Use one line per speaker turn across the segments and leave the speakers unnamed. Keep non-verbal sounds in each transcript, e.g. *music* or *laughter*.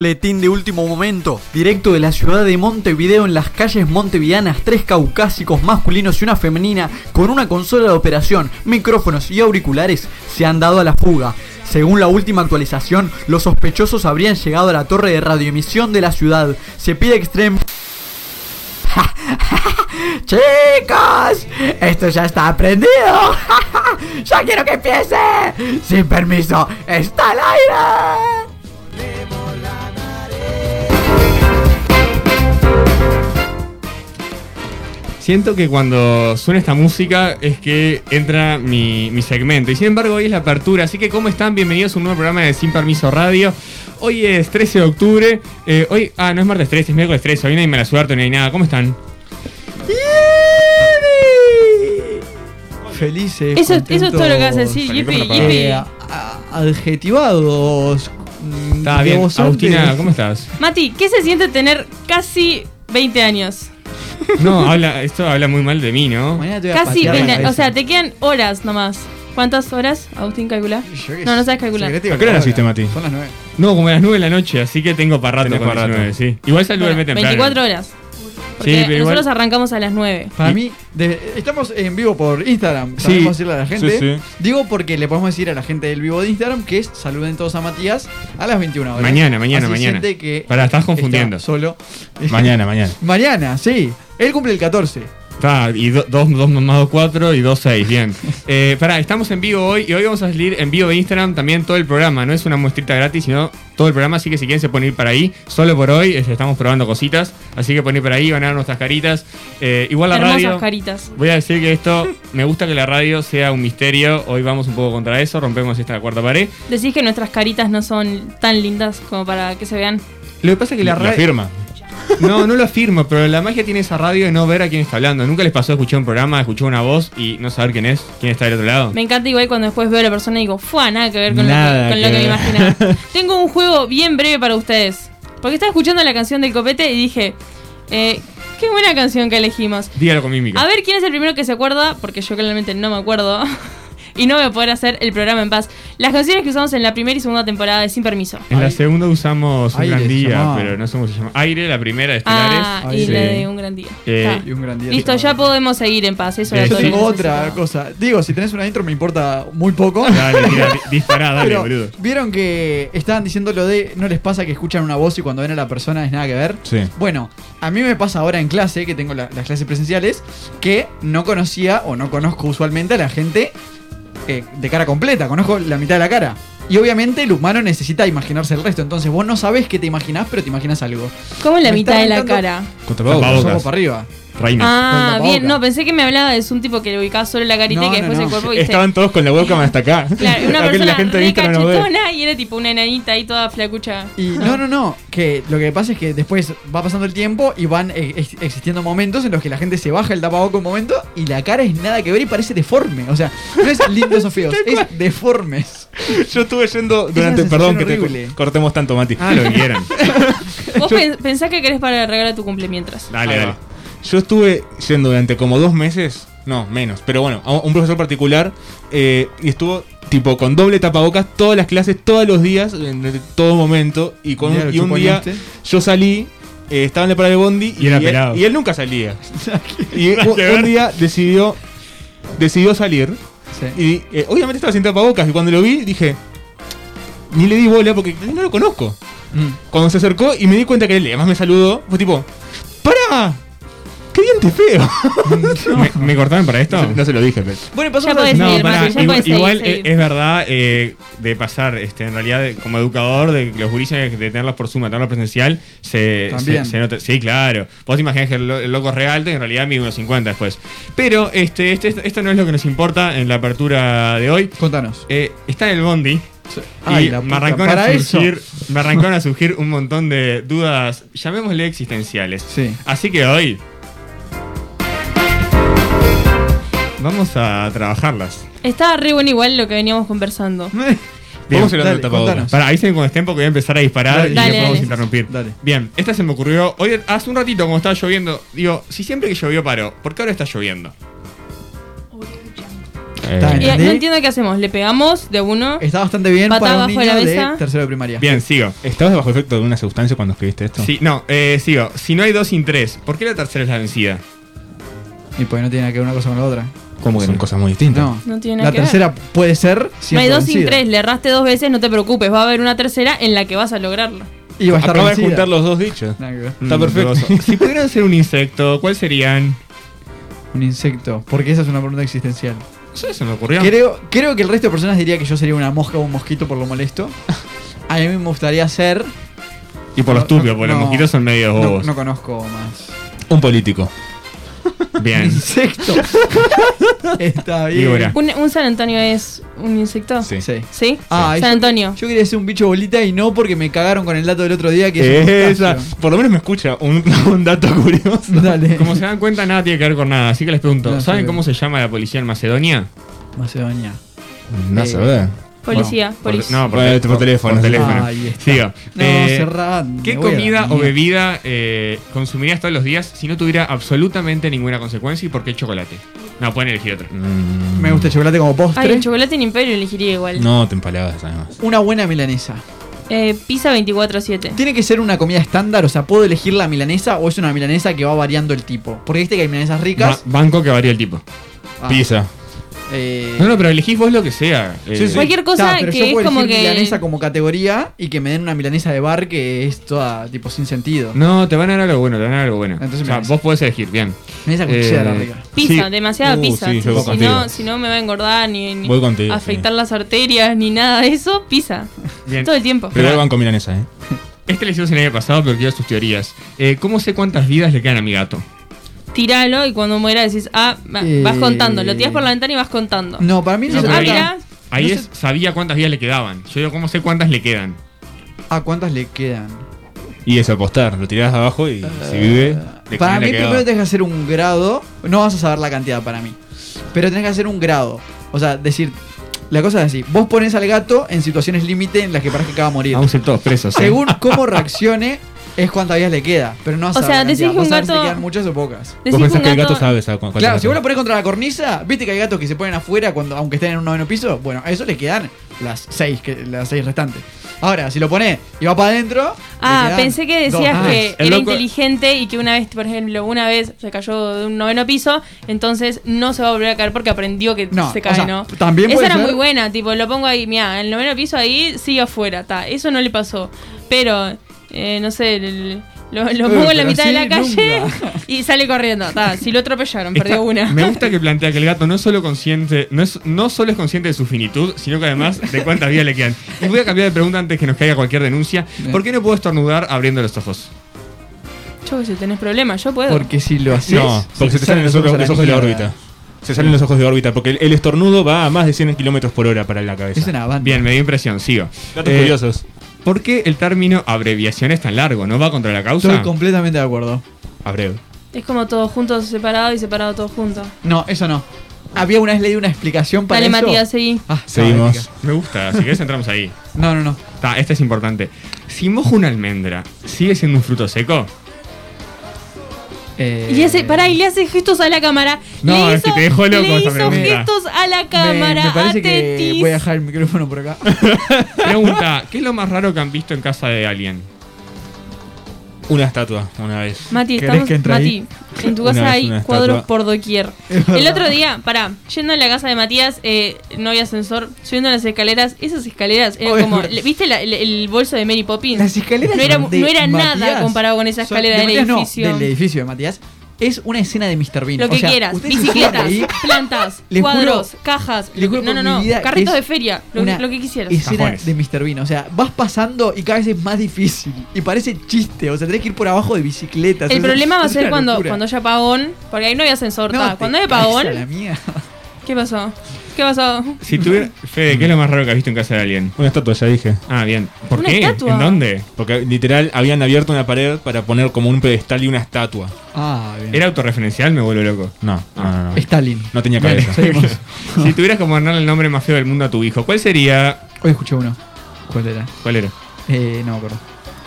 Letín de último momento, directo de la ciudad de Montevideo en las calles montevianas, tres caucásicos masculinos y una femenina con una consola de operación, micrófonos y auriculares se han dado a la fuga. Según la última actualización, los sospechosos habrían llegado a la torre de radioemisión de la ciudad. Se pide extremo... *laughs* Chicos, esto ya está aprendido. *laughs* ya quiero que empiece. Sin permiso, está al aire.
Siento que cuando suena esta música es que entra mi, mi segmento. Y sin embargo, hoy es la apertura. Así que, ¿cómo están? Bienvenidos a un nuevo programa de Sin Permiso Radio. Hoy es 13 de octubre. Eh, hoy, ah, no es martes 13, es miércoles 13. Hoy no hay mala suerte ni hay nada. ¿Cómo están?
Felices.
Eso, eso es todo lo que vas a
contentos,
decir,
Feliz con
Yipi,
la
yipi.
eh, a- a- adjetivados. mm,
Está bien.
rebosantes.
Agustina, ¿cómo estás?
Mati, ¿qué se siente tener casi 20 años?
No, habla, esto habla muy mal de mí, ¿no?
Mañana te voy a
Casi
patear la
20 años. O
cabeza.
sea, te quedan horas nomás. ¿Cuántas horas, Agustín, calcula?
Yo qué
No, no
sé.
sabes calcular.
Secretivo,
¿A qué hora naciste, Mati?
Son las 9.
No, como a las 9 de la noche, así que tengo para rato
Tenés
con
para
19,
rato.
sí. Igual salgo
Bueno,
de temprano.
24 horas. Porque
pero igual-
nosotros arrancamos a las 9.
Y-
Para mí, de- estamos en vivo por Instagram.
Sí.
Sabemos decirle a la gente.
Sí, sí.
Digo porque le podemos decir a la gente del vivo de Instagram que es saluden todos a Matías a las 21 horas.
Mañana, mañana,
Así
mañana.
siente que
Pará, estás
está
confundiendo.
solo.
Mañana, mañana.
Mañana, sí. Él cumple el 14.
Está, y 2 dos, dos más 2, 4 y 2, 6, bien. Eh, pará, estamos en vivo hoy y hoy vamos a salir en vivo de Instagram también todo el programa. No es una muestrita gratis, sino todo el programa, así que si quieren se pueden ir para ahí. Solo por hoy eh, estamos probando cositas, así que pueden ir para ahí, van a ver nuestras caritas. Eh, igual la
Hermosas
radio...
caritas.
Voy a decir que esto, me gusta que la radio sea un misterio, hoy vamos un poco contra eso, rompemos esta cuarta pared.
Decís que nuestras caritas no son tan lindas como para que se vean.
Lo que pasa es que la
Lo
radio...
firma.
No, no lo afirmo, pero la magia tiene esa radio de no ver a quién está hablando. ¿Nunca les pasó escuchar un programa, escuchar una voz y no saber quién es, quién está del otro lado?
Me encanta igual cuando después veo a la persona y digo, fue nada que ver con
Nada
lo que, con lo
que
que me
ver.
imaginaba. Tengo un juego bien breve para ustedes. Porque estaba escuchando la canción del copete y dije, eh, qué buena canción que elegimos.
Dígalo con mímica.
A ver quién es el primero que se acuerda, porque yo claramente no me acuerdo. *laughs* y no voy a poder hacer el programa en paz. Las canciones que usamos en la primera y segunda temporada de Sin Permiso.
En la segunda usamos un
Aire
gran
se
día,
llamaba.
pero no sé cómo se llama. Aire, la primera de Estelares.
Ah,
Ahí
y
sí.
la de Un Gran Día.
Eh,
Está.
Y un gran día. Eh,
Listo, ya podemos seguir en paz. Eso
Bien,
Yo
era todo lo que
tengo otra
necesitaba.
cosa. Digo, si tenés una intro me importa
*laughs*
muy poco.
Dale, tira, di- dispará, dale,
Pero,
boludo.
¿Vieron que estaban diciendo lo de no les pasa que escuchan una voz y cuando ven a la persona es nada que ver?
Sí.
Bueno, a mí me pasa ahora en clase, que tengo la- las clases presenciales, que no conocía o no conozco usualmente a la gente eh, de cara completa, conozco la mitad de la cara. Y obviamente el humano necesita imaginarse el resto, entonces vos no sabés qué te imaginás, pero te imaginas algo.
¿Cómo en la
Me
mitad
está
de la
arrancando-
cara?
Con
tapabocas.
tapabocas.
Somos para arriba.
Reina.
Ah,
con
bien,
tapabocas.
no, pensé que me hablaba de un tipo que le ubicaba solo la carita
No,
y que
no,
después
no.
el cuerpo y se-
Estaban todos con la webcam hasta acá.
Claro, una
Acá
persona
la gente de
re
Instagram no ve.
cachetona y era tipo una enanita ahí toda flacucha.
Y no, no, no, que lo que pasa es que después va pasando el tiempo y van eh, ex- existiendo momentos en los que la gente se baja el tapabocas un momento y la cara es nada que ver y parece deforme. O sea, no es lindos o
*laughs*
feos, es deformes.
Yo estuve yendo
una
durante.
sensación
Perdón que te
horrible.
co- cortemos tanto, Mati.
Ah, lo que
*laughs*
quieran.
Vos pen- pensás que querés para regalar tu cumple mientras.
Dale,
Ahí
dale.
va. Yo estuve yendo durante como dos meses, no, menos, pero bueno, a un profesor particular eh, y estuvo tipo con doble tapabocas todas las clases, todos los días, en en todo momento. Y, con,
Mirá lo
un-
este.
y un día
chuponeaste.
yo salí, eh, estaba en la parada de Bondi
Y era pelado.
él, este. y él nunca *laughs* salía. y un, un día decidió, decidió salir
Sí.
y eh, obviamente estaba sin tapabocas y cuando lo vi dije, ni le di bola porque no lo conozco.
Mm.
Cuando se acercó y me di cuenta que él además me saludó, fue tipo, ¡Para! ¡Qué diente feo!
*laughs* ¿Me, me cortaron para esto?
No, se- no se lo dije, pero.
Bueno, pasó
Ya podés
No,
seguir,
pará,
Mati, ya
igu-
podés
igual,
seguir, seguir.
Es, es verdad eh, de pasar, este, en realidad, de- como educador, de que los gurises, de tenerlos por suma, tenerlos presencial, se,
También.
se- se nota. Sí, claro. Vos te imaginás que el, lo- el loco es re alto y en realidad mide unos 50 después. Pero este, este, esto no es lo que nos importa en la apertura de hoy.
Contanos.
Eh, está en el bondi.
Ay,
y
la
me
puta,
arrancaron, a
para eso.
surgir, me arrancaron a surgir un montón de dudas, llamémosle existenciales.
Sí.
Así que hoy vamos a trabajarlas.
Estaba re bueno igual lo que veníamos conversando.
*laughs*
Bien,
Vamos
vamos
a
a
hablar
hablar
dale,
del tapabocas.
contanos.
Para, avisen cuando estén porque voy a empezar a disparar
Dale,
y
dale,
lo podemos
dale.
interrumpir.
Dale.
Bien, esta se me ocurrió hoy hace un ratito como estaba lloviendo. Digo, si siempre que llovió paró, ¿por qué ahora está lloviendo?
Está
Y
bien.
Eh,
¿Entendí?
no entiendo qué hacemos. ¿Le pegamos de uno?
Está bastante bien para un
Patada bajo
niño
la
de
mesa.
tercero de primaria.
Bien, sigo.
¿Estabas bajo efecto de una sustancia cuando escribiste esto?
Sí, no, eh, sigo. Si no hay dos sin tres, ¿por qué la tercera es la vencida?
Y pues no tiene nada que ver una cosa con la otra.
¿Cómo que son cosas muy distintas?
No.
No tiene nada
La
que ver.
tercera puede ser
No hay
siempre
dos sin
vencida.
tres, le erraste dos veces, no te preocupes, va a haber una tercera en la que vas a lograrlo.
Y va a estar
Acaba de
vencida.
juntar los dos dichos.
Nada que ver.
Está
Mm,
perfecto.
dudoso. si pudieran ser un insecto, ¿cuál serían?
Un insecto. Porque esa es una pregunta existencial.
Eso se me ocurrió.
Creo, creo que el resto de personas diría que yo sería una mosca o un mosquito por
*laughs*
lo molesto. A mí me gustaría ser.
Y por
No,
los estúpido,
no,
porque los
no.
mosquitos son medio
No,
bobos.
no conozco más.
*laughs* Un político.
Bien.
Insecto. *laughs* Está bien.
Víbora.
¿Un, un San Antonio es un insecto?
Sí.
Sí.
¿Sí?
Ah,
San
yo-
Antonio.
Yo quería ser un bicho bolita y no porque me cagaron con el dato del otro día que es
*laughs*
un
Esa.
crustáceo.
Por lo menos me escucha un, *laughs* un dato curioso.
*laughs*
Dale.
Como
*laughs*
se dan cuenta, nada tiene que ver con nada. Así que les pregunto,
No,
¿saben
sí.
cómo se llama la policía en Macedonia?
Macedonia.
No
Eh,
sabe.
Policía,
Por-
policía.
no, por,
Bueno,
te-
por teléfono.
Por teléfono.
Ah, Ahí está.
Sigo.
No,
Eh,
cerrá,
¿Qué
me voy a la
comida o
mierda.
bebida eh, consumirías todos los días si no tuviera absolutamente ninguna consecuencia y por qué chocolate? No, pueden elegir otro.
Mm,
Me gusta el chocolate como
Ay,
postre.
el chocolate en Imperio elegiría igual.
No te empalabas, además.
una buena milanesa.
Eh, pizza 24-7.
¿Tiene que ser una comida estándar? O sea, ¿puedo elegir la milanesa o es una milanesa que va variando el tipo? Porque viste que hay milanesas ricas.
Ba- banco que varía el tipo.
Ah,
Pizza.
eh,
No, no, pero elegís vos lo que sea. Eh,
Sí, sí.
Cualquier cosa
Ta, pero yo
que es
puedo
como
elegir
que.
milanesa como categoría y que me den una milanesa de bar que es toda tipo sin sentido.
No, te van a dar algo bueno, te van a dar algo bueno.
Entonces
o sea,
me-
vos podés elegir, bien.
Milanesa con
Eh,
cheddar rica.
Pizza,
Sí.
demasiada
Uh,
pizza.
sí, yo voy
si, no,
contigo.
si no me va a engordar ni, ni
Voy contigo,
afectar
sí.
las arterias ni nada de eso, pizza.
Bien.
Todo el tiempo.
Pero el banco milanesa, ¿eh?
Este le hicimos el año pasado, pero quiero sus teorías. Eh, ¿Cómo sé cuántas vidas le quedan a mi gato?
Tíralo y cuando muera decís, ah, va-
Eh.
vas contando. Lo tirás por la ventana y vas contando.
No, para mí
No,
se
pero
ah,
ahí-
mirá.
Ahí
No
es, sabía cuántas vidas le quedaban. Yo digo, ¿cómo sé cuántas le quedan?
¿A cuántas le quedan?
Y eso, apostar. Lo tirás abajo y si vive. le
para
genera
mí
quedado.
primero tenés que hacer un grado. No vas a saber la cantidad para mí. Pero tenés que hacer un grado. O sea, decir. La cosa es así. Vos pones al gato en situaciones límite en las que parás que acaba de morir.
Vamos a ser todos presos. ¿eh? *laughs*
*laughs*
Según cómo reaccione, es cuántas vidas le queda. Pero no vas
O
a
sea,
saber la
decís
cantidad.
que
Vas
un
a saber si
gato-
le quedan muchas o pocas.
Decís
Vos
que
pensás
un
que el gato
gato-
sabe ¿sabes? cu- cuántas
Claro,
vidas
si vos lo
son.
pones contra la cornisa, viste que hay gatos que se ponen afuera cuando, aunque estén en un noveno piso. Bueno, a eso le quedan las seis, que, las seis restantes. Ahora, si lo pones y va para adentro. le
Ah,
quedan
pensé que
dos
decías
más.
que
El
era
loco-
inteligente y que una vez, por ejemplo, una vez se cayó de un noveno piso, entonces no se va a volver a caer porque aprendió que
No,
se
o
cae,
sea,
¿no?
también
Esa
puede
era
ser-
muy buena, tipo, lo pongo ahí, mira, el noveno piso ahí sigue afuera, ta, eso no le pasó. Pero, eh, no sé, el- lo, lo
Eh,
pongo en la
pero
mitad de
así
la calle
nunca.
*laughs* y sale corriendo, ta, si lo atropellaron,
Esta-
perdió una.
Me gusta que plantea que el gato no solo consciente, no, es, no solo es consciente de su finitud, sino que además de cuántas vidas le quedan. Y voy a cambiar de pregunta antes que nos caiga cualquier denuncia. ¿Por qué no puedo estornudar abriendo los ojos?
Yo que sé, tenés problemas, yo puedo.
Porque si lo haces.
No, porque se te salen los
sale
ojos,
a
los ojos de la
mierda.
órbita. Se salen los ojos de órbita porque el, el estornudo va a más de 100 kilómetros por hora para la cabeza.
Es una banda.
Bien, me dio impresión, sigo.
Datos
Eh,
curiosos.
¿Por qué el término abreviación es tan largo? ¿No va contra la
Estoy
causa?
completamente de acuerdo.
Abreu.
Es como todos juntos separados y separados todos juntos.
No, eso no. Había una vez leí una explicación para
Dale,
eso.
Matías, seguí.
Ah,
Seguimos.
sádica.
Me gusta, si querés entramos ahí.
No, no, no.
Ta, esta es importante. Si mojo una almendra, ¿sigue siendo un fruto seco?
Eh,
Y le hace, pará, y le hace gestos a la cámara.
No,
le
es que te dejó loco
Le
esa
hizo
pregunta.
gestos a la
me-
cámara,
me parece que
atentis.
voy a dejar el micrófono por
*laughs*
acá.
Pregunta, ¿qué es lo más raro que han visto en casa de alguien?
Una estatua, una vez.
Mati,
¿Querés
estamos,
que entre
Mati, en tu
Una
casa
vez
hay
una
cuadros
estatua.
por
*laughs*
doquier. El otro día, pará, yendo a la casa de Matías, eh, no había ascensor, subiendo las escaleras, esas escaleras eran
Oye,
como,
pero-
le- ¿viste la- el, el bolso de Mary Poppins?
Las escaleras
no era,
de
no era nada
Matías
comparado con esa
son-
escalera
de
del
Matías no,
edificio.
del edificio de Matías. Es una escena de Mr. Bean.
Lo que
O sea,
quieras,
ustedes se
bicicletas,
suben ahí,
plantas,
Les juro-
cuadros, cajas,
les juro
no, no,
por
no,
mi vida
carritos
que
de
es
feria, lo,
una
lo que quisieras.
Escena
Cajones.
de Mr. Bean. O sea, vas pasando y cada vez es más difícil. Y parece chiste. O sea, tenés que ir por abajo de bicicletas.
El
o sea,
problema va a
es
ser
una
cuando,
locura.
cuando haya apagón, porque ahí no había ascensor. ta.
te
cuando hay
caes
apagón,
a la mierda.
¿qué pasó? ¿Qué pasó?
Si tuviera... Fede, ¿qué es lo más raro que has visto en casa de alguien?
Una estatua, ya dije. Eh,
Ah, bien. ¿Por
Una
qué?
estatua.
¿En dónde?
Porque literal habían abierto una pared para poner como un pedestal y una estatua.
Ah, bien.
¿Era autorreferencial? Me vuelvo loco.
No, no, no. No,
Stalin.
No tenía
Bien,
cabeza.
seguimos.
Si tuvieras que ponerle el nombre más feo del mundo a tu hijo, ¿cuál sería?
Hoy escuché uno. ¿Cuál era?
¿Cuál era?
Eh, no me acuerdo.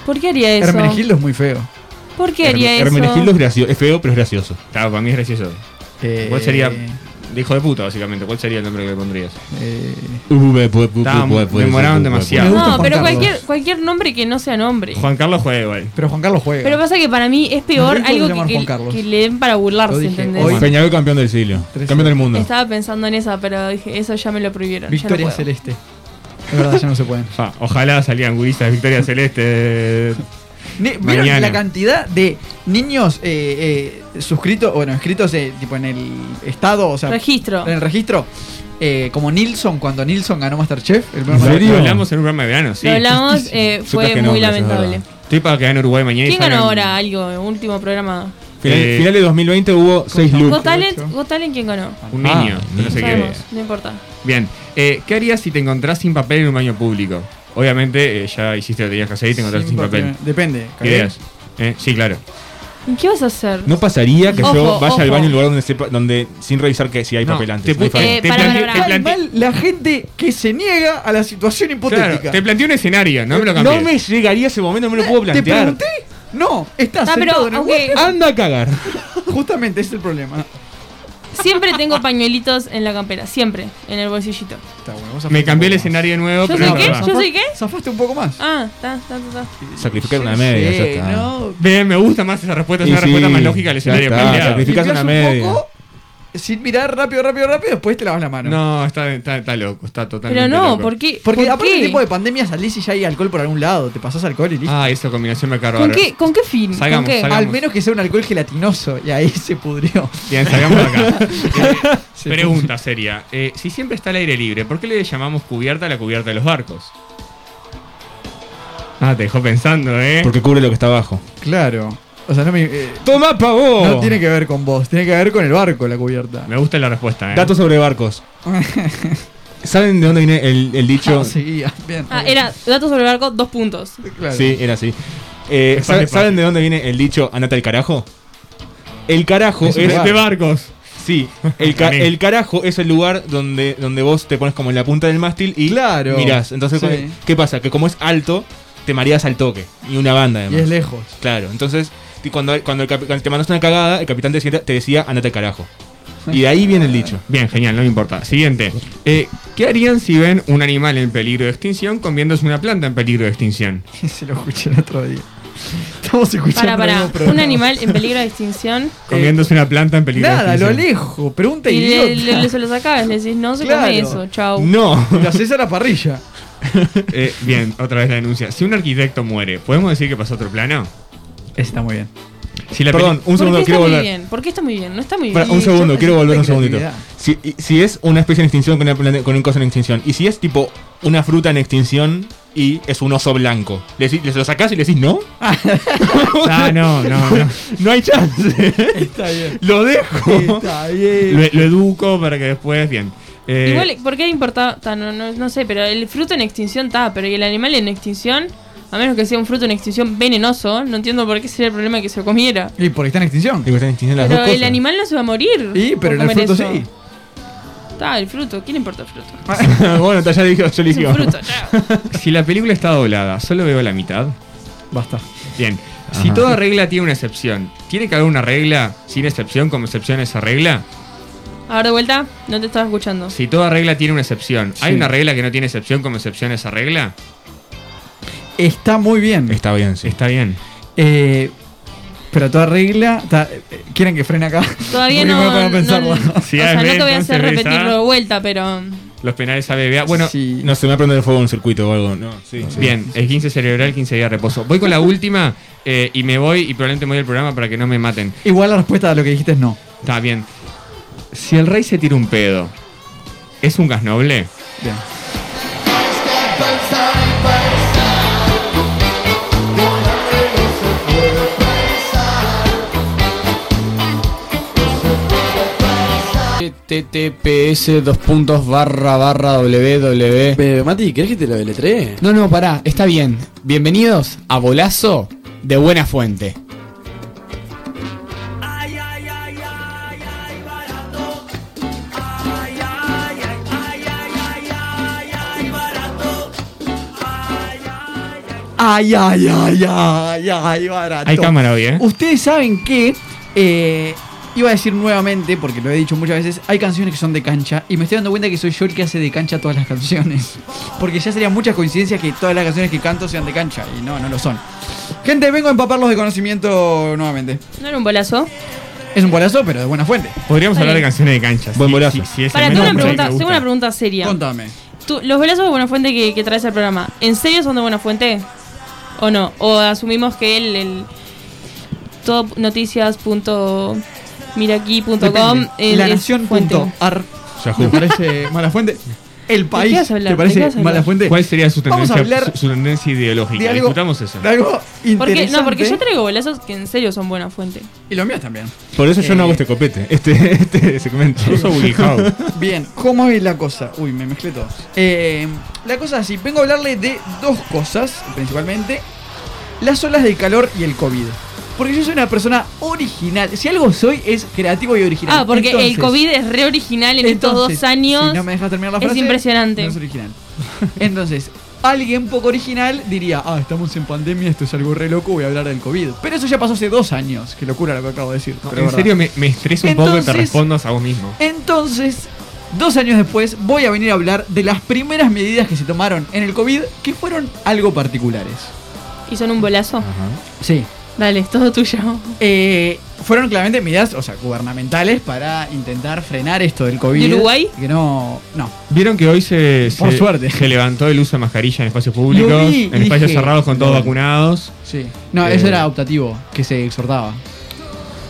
¿Por qué haría eso?
Hermenegildo es muy feo.
¿Por qué haría eso?
Hermenegildo es, gracio- es feo, pero es gracioso.
Claro, para mí es gracioso.
Eh,
¿Cuál sería? de hijo de puta, básicamente. ¿Cuál sería el nombre que le pondrías?
Eh,
demoraron demasiado.
gusta
No,
Juan
pero
Carlos.
cualquier, cualquier nombre que no sea nombre.
Juan Carlos juega igual.
pero Juan Carlos juega.
Pero pasa que para mí es peor
Nos
algo
vemos llamar
que,
Juan
que-
Carlos.
que le den para
Lo
burlarse,
dije,
¿entendés?
hoy-
Peñarol campeón del siglo,
Tres
campeón del mundo.
Estaba pensando en esa, pero dije, eso ya me lo prohibieron. ya no
Victoria
puedo.
Celeste. Es verdad, ya no se
*laughs*
pueden.
Ah, ojalá salían guristas de Victoria Celeste.
Ne- ¿Vieron
Mañana.
la cantidad de niños eh, eh, suscritos, bueno, escritos eh, tipo en el estado, o sea,
Registro.
en el registro? Eh, como Nilsson, cuando Nilsson ganó Masterchef, el
¿En
primer
serio?
Lo hablamos en un programa de verano, sí.
Lo hablamos, eh,
Yo
fue
traje
muy
nombres, es
lamentable.
verdad.
Estoy para que gane Uruguay mañana. y
¿Quién ganó
salgan-
ahora algo? en Último programa.
Final,
Eh,
final de 2020 hubo 6
se llama?
loops.
Got Talent,
ocho.
Got Talent, ¿quién ganó?
Un
Ah,
niño. no sé qué.
Sabemos, no importa.
Bien. Eh, ¿Qué harías si te encontrás sin papel en un baño público? Obviamente eh, ya hiciste lo que tenías que hacer y te encontraste sin papel.
Depende.
¿Qué harías? Eh, sí, claro.
¿Y qué vas a hacer?
No pasaría que yo
Ojo,
vaya al
ojo.
baño en un lugar donde, sepa- donde sin revisar que si hay
No,
papel
Te,
antes. no hay
pu- eh,
forma.
te
para,
plante-
para,
te
para.
Mal,
plante-
mal la gente que se niega a la situación
claro,
hipotética.
te planteé un escenario, no me lo cambies.
me llegaría ese momento, no me lo puedo
¿Te
plantear.
pregunté? No, estás
Ah, pero
sentado en el
aunque
Anda a cagar.
hue- *laughs* Justamente ese es el problema. Ah,
siempre tengo pañuelitos en la campera, siempre, en el bolsillito.
Está bueno, vos
Me
zafaste
cambié el
un poco
escenario de nuevo,
¿Yo
pero
soy
no,
qué?
no.
más.
¿Yo soy
Zafa-
qué?
Zafaste un poco más.
Ah, está, está, está. está.
Sacrificar una
Sí,
media, ya está.
no.
Bien, me gusta más esa respuesta, es
Y
una respuesta
sí,
más lógica del
ya
escenario
está,
planteado.
sacrific- Limpias
Limpias
una
un
media.
poco, sin mirar rápido, rápido, rápido, después te lavas la mano.
No, está, está, está loco, está totalmente
Pero no,
loco.
¿por qué?
Porque
¿Por
aparte
qué?
del tipo de pandemia salís y ya hay alcohol por algún lado, te pasás alcohol y listo.
Ah, esa combinación me cargó.
¿Con qué, ¿Con qué fin? ¿Con
Salgamos,
Ah,
qué?
salgamos.
Al menos que sea un alcohol gelatinoso y ahí *laughs* se pudrió.
Bien, salgamos de acá.
Se
Pregunta seria. eh, si siempre está al aire libre, ¿por qué le llamamos cubierta a la cubierta de los barcos? Ah, te dejó pensando, ¿eh?
Porque cubre lo que está abajo.
pudrió. Claro. O sea, no me. eh,
¡Toma, pavo!
No tiene que ver con vos, tiene que ver con el barco, la cubierta.
Me gusta la respuesta, ¿eh?
Datos sobre barcos. ¿Saben de dónde viene el, el dicho?
Ah, seguía, bien.
Ah, era datos sobre el barco, dos
*laughs*
puntos.
Claro.
Sí, era así. Eh,
Es
¿sab-
parte,
¿Saben
parte.
de dónde viene el dicho andate al carajo? El carajo
Es
es.
un
Es de barcos.
Sí, el, ca- el carajo es el lugar donde, donde vos te pones como en la punta del mástil y
Claro.
mirás. Entonces,
Sí.
¿qué- ¿qué pasa? Que como es alto, te mareas al toque. Y una banda,
Y
además.
es lejos. *laughs*
Claro, entonces, ti- cuando, cuando, el cap- cuando te mandaste una cagada, el capitán te decía, te decía andate al carajo. Y de ahí viene el dicho.
Bien, genial, no me importa. Siguiente. Eh, ¿Qué harían si ven un animal en peligro de extinción comiéndose una planta en peligro de extinción?
Se lo escuché el otro día. Estamos escuchando.
Para, para.
algo, pero
Un
no.
animal en peligro
*laughs*
de extinción.
Comiéndose una planta en peligro de
Nada, lo
extinción.
alejo. Pregunta
Y le,
idiota.
le- le- se lo sacabas, le decís, no se
Claro.
come eso,
*laughs*
chau.
No.
Y lo haces a la parrilla.
Eh, bien, otra vez la denuncia. Si un arquitecto muere, ¿podemos decir que pasó a otro plano?
Está muy bien.
Si la
Perdón,
peli-
un
¿Por qué
segundo,
está
quiero
muy
volver.
bien? ¿Por qué está muy bien? No está muy
Pará,
bien.
un
yo
segundo,
pensé
quiero
que
volver un
era
segundito.
creatividad.
Si, y- si es una especie en extinción con, una planta- con un cosa en extinción, y si es tipo una fruta en extinción y es un oso blanco, le decí- les lo sacás y le decís
*laughs*
no,
Ah, no, no, no.
no hay chance.
Está *laughs* bien.
lo dejo.
Está
Lo,
bien.
Eh, lo educo para que después, bien. Eh,
Igual, ¿por qué importaba? Ta, No, no, no sé, pero el fruto en extinción está, pero ¿y el animal en extinción? A menos que sea un fruto en extinción venenoso, no entiendo por qué sería el problema que se lo comiera.
Y porque está en extinción.
Digo, están en extinción las
Pero
dos
el
cosas.
animal no se va a morir.
Y, pero
por
en el
comer
fruto
eso.
sí.
Está, el fruto, ¿quién importa el fruto?
*laughs* bueno, está, ya eligió, ya
*laughs*
Es
eligió.
un fruto, chao.
Si la película está doblada, ¿solo veo la mitad?
Basta.
Bien. Si
Ajá.
toda regla tiene una excepción, ¿tiene que haber una regla sin excepción como excepción a esa regla?
A ver, de vuelta, no te estaba escuchando.
Si toda regla tiene una excepción, ¿hay
Sí.
una regla que no tiene excepción como excepción a esa regla?
Está muy bien.
Está bien, sí.
Está bien.
Eh, pero toda regla. está- eh, ¿Quieren que frene acá?
Todavía
Porque
no.
me voy a poner a
no-
pensarlo.
o
Si
sea,
hay
no te voy a
entonces,
hacer
Brisa.
repetirlo de vuelta, pero.
Los penales a BBA. Bueno,
Sí.
No se me va a prender fuego en un circuito o algo. No, sí, sí.
bien, el 15 cerebral, 15 días de reposo. Voy con la última eh, y me voy y probablemente me voy del programa para que no me maten.
Igual la respuesta a lo que dijiste es no.
Está bien. Si el rey se tira un pedo, ¿es un gas noble?
Bien.
https dos puntos barra barra ww
Pero, Mati, ¿querés que te lo deletree?
no no pará está bien bienvenidos a bolazo de buena fuente
Ay, ay, ay, ay, ay, barato. Uh.
Hay cámara hoy, ¿eh?
Ustedes saben que eh, Iba a decir nuevamente, porque lo he dicho muchas veces, hay canciones que son de cancha y me estoy dando cuenta que soy yo el que hace de cancha todas las canciones. *laughs* Porque ya serían muchas coincidencias que todas las canciones que canto sean de cancha y no, no lo son. Gente, vengo a empaparlos de conocimiento nuevamente.
¿No era un bolazo?
Es un bolazo, pero de buena fuente.
Podríamos
Vale.
hablar de canciones de canchas.
Buen bolazo.
Para, tengo una pregunta, tengo una pregunta seria.
Contame.
Tú, los golazos de Buena Fuente que, que traes al programa, ¿en serio son de Buena Fuente? ¿O no? ¿O asumimos que el, el topnoticias.miraqui.com
Depende. La nación punto ar. ¿Te parece mala fuente? El país.
qué vas a hablar?
¿Te
¿De qué
parece
vas a hablar?
mala fuente?
*laughs* ¿Cuál sería su
Vamos a
tendencia,
hablar
su, su tendencia
De
ideológica?
algo,
Discutamos eso.
de algo
Porque,
interesante.
no, porque yo traigo golazos que en serio son Buena Fuente.
Y los míos también.
Por eso yo no hago
Eh.
este copete, este, este segmento.
Yo soy Willy
*laughs*
Howe.
Bien, ¿cómo es la cosa? Uy, me mezclé todo. Eh, la cosa es así, vengo a hablarle de dos cosas, principalmente. Las olas del calor y el COVID. Porque yo soy una persona original. Si algo soy, es creativo y original.
Ah, porque
Entonces-
el COVID es re original en estos
Entonces,
dos años.
Si no me dejas terminar la
es
frase.
impresionante.
no es original. *laughs* Entonces, alguien poco original diría, ah, estamos en pandemia, esto es algo re loco, voy a hablar del COVID. Pero eso ya pasó hace dos años. Qué locura lo que acabo de decir. pero
en
verdad.
serio, me, me estreso un poco y
Entonces-
te respondas a vos mismo.
Entonces, dos años después, voy a venir a hablar de las primeras medidas que se tomaron en el COVID que fueron algo particulares.
Y son un bolazo.
Sí.
Dale, es todo tuyo.
Eh, fueron claramente medidas, o sea, gubernamentales para intentar frenar esto del COVID.
¿De Uruguay?
Que no. No.
Vieron que hoy se,
Por
se-
suerte.
se levantó el uso de mascarilla en espacios públicos,
Lo vi,
en espacios
dije,
cerrados con todos
no.
vacunados.
Sí. No,
Eh.
eso era optativo, que se exhortaba.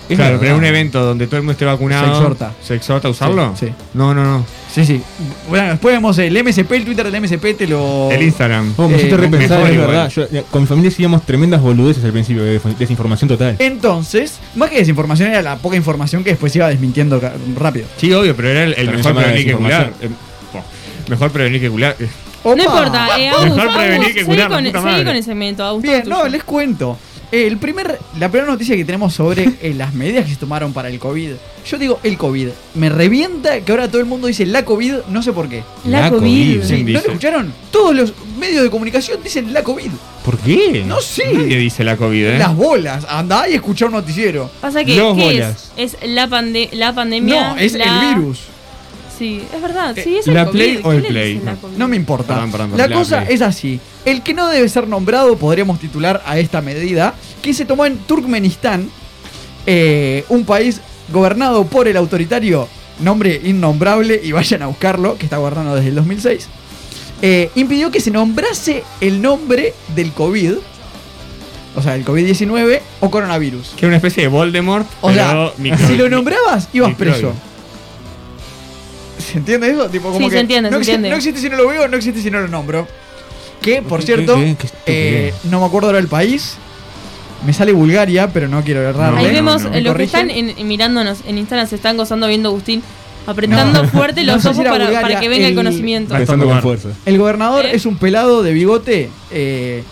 Es
claro,
verdad.
pero en un evento donde todo el mundo esté vacunado.
Se exhorta.
¿Se exhorta a usarlo?
Sí, sí.
No, no, no.
Sí, sí. Bueno, después vemos el MSP, el Twitter del MSP, te lo.
El Instagram.
Oh, me
Eh,
hiciste repensar,
mejor
es
igual.
verdad. Yo, eh, con mi familia hacíamos tremendas boludeces al principio, de desinf- desinformación total.
Entonces, más que desinformación era la poca información que después iba desmintiendo ca- rápido.
Sí, obvio, pero era el, el
También
mejor
llama la
prevenir que curar.
desinformación.
Eh, bueno, Mejor prevenir que curar. Eh,
Opa.
No importa, eh, Agus,
Mejor
Agus,
prevenir que
seguí
curar, la
con,
puta
seguí
madre.
con el cemento, Agus.
Bien,
todo
no,
tuyo.
les cuento. Eh, El primer, la primera noticia que tenemos sobre eh, las medidas que se tomaron para el COVID. Yo digo el COVID. Me revienta que ahora todo el mundo dice la COVID, no sé por qué.
La
La
COVID.
COVID.
Sí.
¿No
Dice.
lo escucharon? Todos los medios de comunicación dicen la COVID.
¿Por qué?
Eh, No sé.
Nadie dice la COVID, ¿eh?
Las bolas. Andá y escuchá un noticiero.
Pasa que,
Los
¿qué es?
bolas.
Es la, pande la pandemia.
No, es
la-
el virus.
Sí, es verdad. Sí, es
¿la
el
Play
COVID.
o
¿Qué
el
le
Play?
dicen la
No,
COVID?
No me importa.
Perdón, perdón,
la
perdón,
cosa
Play.
es así. El que no debe ser nombrado, podríamos titular a esta medida, que se tomó en Turkmenistán, eh, un país gobernado por el autoritario, nombre innombrable, y vayan a buscarlo, que está gobernando desde el 2006, eh, impidió que se nombrase el nombre del COVID, o sea, el COVID-19 o coronavirus.
Que era una especie de Voldemort.
O sea,
pero micro-
si lo nombrabas, ibas
microbio.
preso. ¿Se entiende eso? Tipo, como
Sí,
que
se entiende,
no,
se
exi-
entiende.
no existe si no lo veo, no existe si no lo nombro. Que, por cierto,
qué- qué estupidez.
eh, no me acuerdo ahora el país. Me sale Bulgaria, pero no quiero errarle.
Ahí
No,
vemos
no, no.
eh,
¿Me
los que
corrigen?
están en- en mirándonos en Instagram se están gozando viendo a Agustín, apretando
No.
fuerte
No
los
sé si
ojos
era
para,
Bulgaria,
para que venga el,
el-
conocimiento.
Vale.
Pensando
Tanto
con
lugar.
fuerza.
El gobernador
¿Eh?
es un pelado de bigote. eh,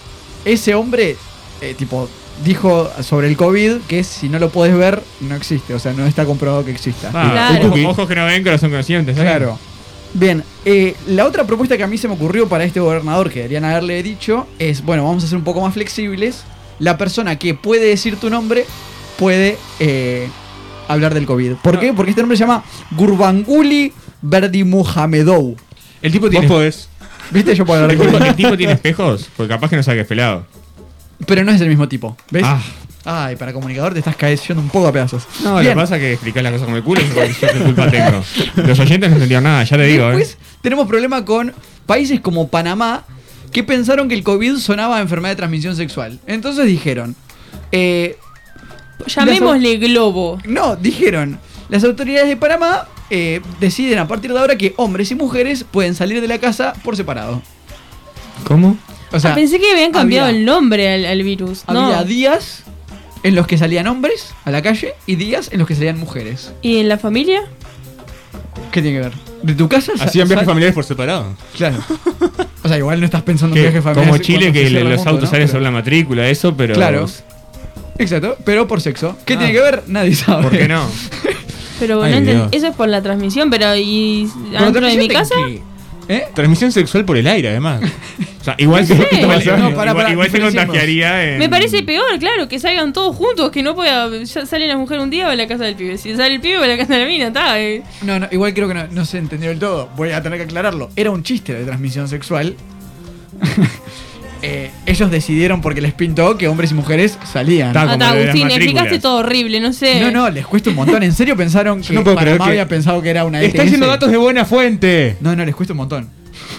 ese hombre, eh, tipo, dijo sobre el COVID que si no lo puedes ver, no existe. O sea, no está comprobado que exista.
Ah,
Claro.
ojo- ojos que no ven, corazón consciente. ¿sabes?
Claro. Bien, eh, la otra propuesta que a mí se me ocurrió para este gobernador que deberían haberle dicho es, bueno, vamos a ser un poco más flexibles. La persona que puede decir tu nombre puede eh, hablar del COVID. ¿Por qué? Porque este nombre se llama Gurbanguly Berdimuhamedov.
El tipo
Vos
tiene.
*laughs* podés.
¿Viste? Yo puedo hablar
*laughs*
del
Disculpa,
COVID.
¿El tipo tiene espejos? Porque capaz que no saque pelado.
Pero no es el mismo tipo, ¿ves?
Ah.
Ay, para comunicador te estás cayendo un poco a pedazos.
No, lo
Bien.
que pasa es que explicás las cosas como el culo y yo, yo qué culpa tengo. Los oyentes no entendieron nada, ya te digo, ¿eh?
Después tenemos problema con países como Panamá que pensaron que el COVID sonaba a enfermedad de transmisión sexual. Entonces dijeron, eh,
Llamémosle globo.
no, dijeron, las autoridades de Panamá eh, deciden a partir de ahora que hombres y mujeres pueden salir de la casa por separado.
¿Cómo?
O sea,
Ah, pensé que habían cambiado
había-
el nombre al, al virus.
había
No.
días en los que salían hombres a la calle y días en los que salían mujeres.
¿Y en la familia?
¿Qué tiene que ver? ¿De tu casa? sa-
Hacían viajes
sal-
familiares por separado.
Claro. O sea, igual no estás pensando en
Que-
viajes familiares.
como Chile,
cuando
que
se cierra
le-
el
los
mundo,
autos
¿no?
salen
Pero-
sobre la matrícula, eso, pero.
Claro. Exacto, pero por sexo.
Ah.
¿Qué tiene que ver? Nadie sabe.
¿Por qué no?
Pero
Ay,
no enten-
Dios.
eso es por la transmisión, pero ¿y
*laughs* Pero
dentro de mi
transmisión
casa?
en qué? ¿Eh?
Transmisión sexual por el aire, *laughs* además.
O sea, igual,
Sí.
igual-
No,
igual-
pará, pará,
igual se
diferenciemos.
contagiaría. en-
Me parece peor, claro, que salgan todos juntos, que no pueda. Ya sale la mujer un día va a la casa del pibe. Si sale el pibe va a la casa de la mina, está. eh.
No, no, igual creo que no, no se entendió del todo. Voy a tener que aclararlo. Era un chiste de transmisión sexual. *laughs* Eh, ellos decidieron porque les pintó que hombres y mujeres salían.
Está Ah,
Ah,
como
está,
lo de las
Agustín,
matrículas.
explicaste todo horrible, no sé.
No, no, les cuesta un montón. ¿En serio pensaron que
no puedo
Panamá
creer que-
había pensado que era una
Está
ETS?
diciendo datos de buena fuente.
No, no, les cuesta un montón.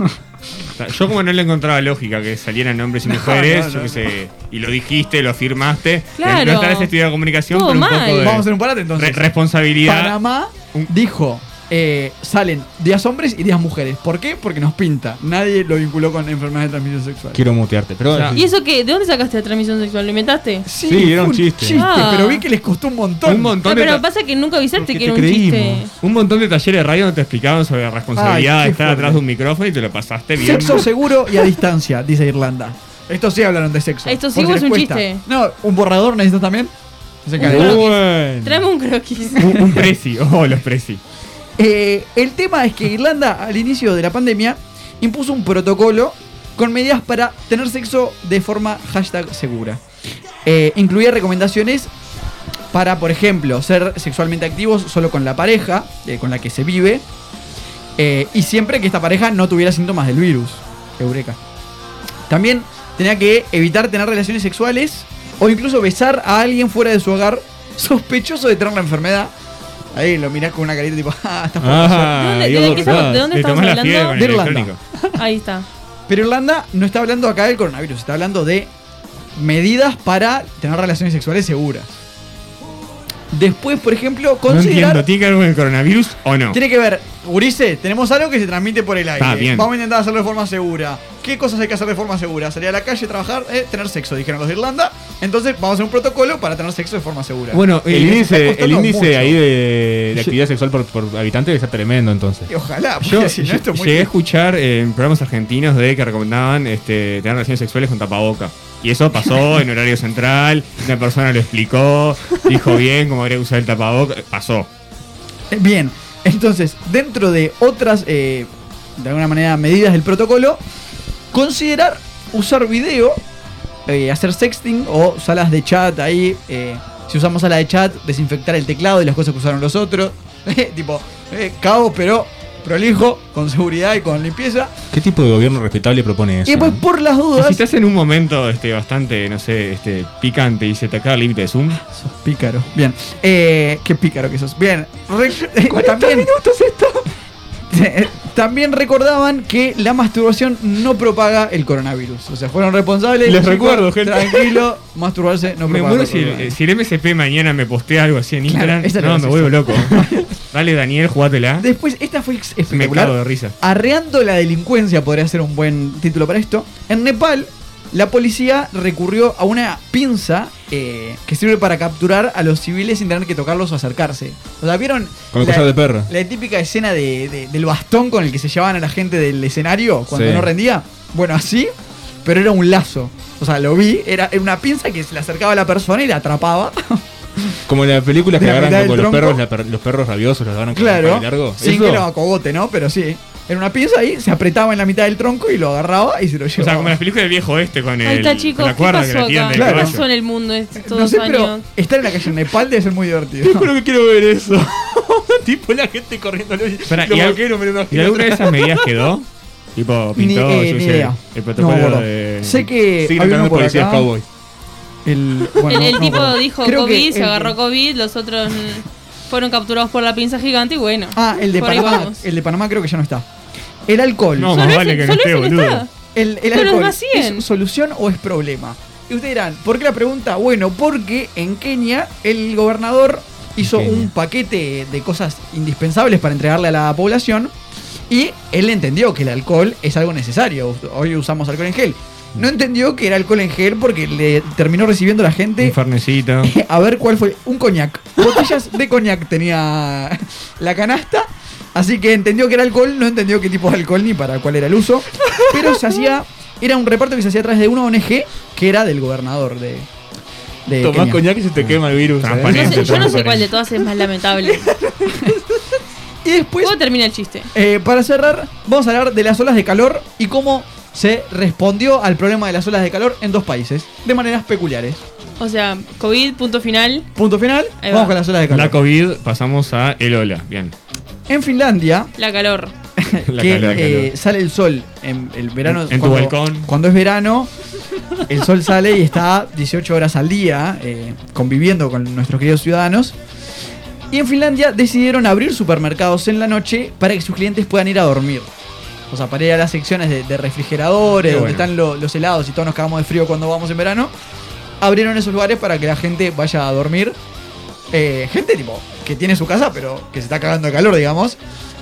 O sea, Yo como no le encontraba lógica que salieran hombres y mujeres,
no,
yo
no.
qué sé, y lo dijiste, lo afirmaste.
Claro.
No estarás estudiando comunicación,
Todo
pero un
mal.
poco de
Vamos a hacer un parate entonces.
re- responsabilidad.
Panamá
Un-
dijo, eh, salen días hombres y días mujeres. ¿Por qué? Porque nos pinta. Nadie lo vinculó con enfermedades de transmisión sexual.
Quiero mutearte, pero...
sea,
¿Y eso qué? ¿De dónde sacaste la transmisión sexual? ¿Lo inventaste?
Sí, era
fue
un chiste.
Ah.
pero vi que les costó un montón.
un
No,
montón de
pero
ta-
pasa que nunca avisaste
Porque
que era un
te creímos.
chiste.
un montón de talleres de radio donde te explicaban sobre la responsabilidad
Ay,
de
qué
estar
fuerte.
atrás de un micrófono y te lo pasaste bien.
Sexo seguro y a distancia, dice Irlanda. Esto sí hablaron de sexo.
Esto sí
Porque
vos es
les
un
cuesta.
chiste. Uh.
No, un borrador necesitas también. Se cae.
Bueno.
Bueno.
Tráeme
*laughs*
un croquis.
un, un presi, oh, los presi.
Eh, el tema es que Irlanda, al inicio de la pandemia, impuso un protocolo con medidas para tener sexo de forma hashtag segura. Eh, incluía recomendaciones para, por ejemplo, ser sexualmente activos solo con la pareja eh, con la que se vive eh, y siempre que esta pareja no tuviera síntomas del virus. Eureka. También tenía que evitar tener relaciones sexuales o incluso besar a alguien fuera de su hogar *laughs* sospechoso de tener la enfermedad. Ahí lo mirás con una carita tipo, *laughs* ah, estás
Ah,
¿De dónde-
Dios,
de qué estamos- de dónde
Le
estamos
tomás la
hablando?
fiebre con el
De Irlanda.
electrónico.
Ahí está.
Pero Irlanda no está hablando acá del coronavirus, está hablando de medidas para tener relaciones sexuales seguras. Después, por ejemplo,
No
considerar.
entiendo, ¿tiene que ver con el coronavirus o no?
tiene que ver, Urice, tenemos algo que se transmite por el aire.
Está bien.
Vamos a intentar hacerlo de forma segura. ¿Qué cosas hay que hacer de forma segura? Salir a la calle, trabajar, eh, tener sexo, dijeron los de Irlanda. Entonces vamos a hacer un protocolo para tener sexo de forma segura.
Bueno,
El
eh,
índice,
está
el
costando
índice
mucho.
ahí de, de actividad sexual por, por habitante debe ser tremendo entonces.
Y ojalá, porque
Yo,
si no, esto es muy.
llegué a escuchar eh, en programas argentinos de que recomendaban este, tener relaciones sexuales con tapaboca. Y eso
*laughs*
pasó en horario central, una persona lo explicó, dijo bien cómo habría que usar el tapaboca, eh, pasó.
Eh, Bien, entonces, dentro de otras, eh, de alguna manera, medidas del protocolo, considerar usar video, eh, hacer sexting o salas de chat ahí. eh, si usamos sala de chat, desinfectar el teclado y las cosas que usaron los otros. *laughs* tipo, eh, caos, pero prolijo, con seguridad y con limpieza.
¿Qué tipo de gobierno respetable propone eso?
Y después, por las
Y
dudas.
si estás en un momento este, bastante, no sé, este, picante y se te acaba el límite de Zoom,
Sos pícaro. Bien. Eh, qué pícaro que sos. Bien. Re- *laughs* también, minutos esto? *laughs* también recordaban que la masturbación no propaga el coronavirus. O sea, fueron responsables.
Les
chicos,
recuerdo, gente.
Tranquilo, masturbarse no
me
propaga
muero
el
si, el-
coronavirus.
si el MSP mañana me postea algo así en
Claro,
Instagram.
esa es la
no, me
gracia.
vuelvo loco.
*laughs*
Dale, Daniel, jugátela.
Después, esta fue
Me cago de
espectacular.
risa.
Arreando la delincuencia podría ser un buen título para esto. En Nepal, la policía recurrió a una pinza eh, que sirve para capturar a los civiles sin tener que tocarlos o acercarse. O sea, ¿vieron?
Con el
la-
collar de perro.
La típica escena de, de- del bastón con el que se llevaban a la gente del escenario cuando
Sí.
no rendía. Bueno, así, pero era un lazo. O sea, lo vi, era, era una pinza que se le acercaba a la persona y
*laughs*
la atrapaba.
Como en las películas que
De la mitad del
agarran con los
tronco.
perros, la per- los perros rabiosos, los agarran con
claro.
el palo largo.
Sin
Eso,
que lo acogote, ¿no? Pero sí. Era una pinza y se apretaba en la mitad del tronco y lo agarraba y se lo
O sea,
llevaba.
*laughs*
como las películas del viejo este con el.
Ahí está,
con
chicos.
la
¿Qué
cuerda que
pasó
la tiran
acá?
del
¿Qué
Claro.
caballo.
pasó en el mundo estos
no
dos
sé, pero
años?
estar en la calle en Nepal debe ser muy divertido.
*laughs*
*laughs*
Te juro que quiero ver eso. *laughs* tipo la gente corriendo. Los
Espera,
los
y al-
vaqueros me lo
¿Y
imagino.
alguna de esas medidas quedó? Tipo,
Ni,
pintó,
eh,
yo
ni
sé,
idea.
el
No me
protocolo
acuerdo.
de.
Sé que había
Siguen entrando
uno por
policías
acá.
cowboy.
El,
El,
bueno,
el
no me
tipo
acuerdo.
dijo
Creo que
COVID, se
el-
agarró COVID, los otros mm, fueron capturados por la pinza gigante y bueno.
Ah, el de
por ahí
Panamá.
vamos.
El de Panamá creo que ya no está. El alcohol.
No,
Solo
más
ese-
vale que no
solo
esté,
ese no
boludo.
está.
El, el
Pero los
alcohol
vacíen.
es solución o es problema. Y ustedes dirán, ¿por qué la pregunta? Bueno, porque en Kenia el gobernador hizo
Kenia.
un paquete de cosas indispensables para entregarle a la población y él entendió que el alcohol es algo necesario. Hoy usamos alcohol en gel. No entendió que era alcohol en gel porque le terminó recibiendo la gente
Un farnecito.
*laughs* a ver cuál fue. Un coñac. Botellas de coñac tenía la canasta. Así que entendió que era alcohol, no entendió qué tipo de alcohol ni para cuál era el uso. Pero se hacía. Era un reparto que se hacía a través de una ONG que era del gobernador de. de
Tomás
Kenia.
coñac y se te quema el virus.
Transparente.
No sé- yo no
*laughs*
sé
Transparente.
cuál de todas es más lamentable.
Y después,
¿Cómo termina el chiste?
eh, para cerrar, vamos a hablar de las olas de calor y cómo se respondió al problema de las olas de calor en dos países, de maneras peculiares.
O sea, COVID, punto final.
Punto final,
Ahí
vamos
va.
con las olas de calor.
La COVID, pasamos a el hola. Bien.
En Finlandia,
La calor.
La
que
calor, la
eh,
calor.
sale el sol en el verano.
En- en tu balcón.
Cuando es verano, el sol sale y está 18 horas al día eh, conviviendo con nuestros queridos ciudadanos. Y en Finlandia decidieron abrir supermercados en la noche para que sus clientes puedan ir a dormir. O sea, para ir a las secciones de, de refrigeradores,
Qué
donde
bueno.
están lo- los helados y todos nos cagamos de frío cuando vamos en verano. Abrieron esos lugares para que la gente vaya a dormir. Eh, gente tipo que tiene su casa, pero que se está cagando de calor, digamos.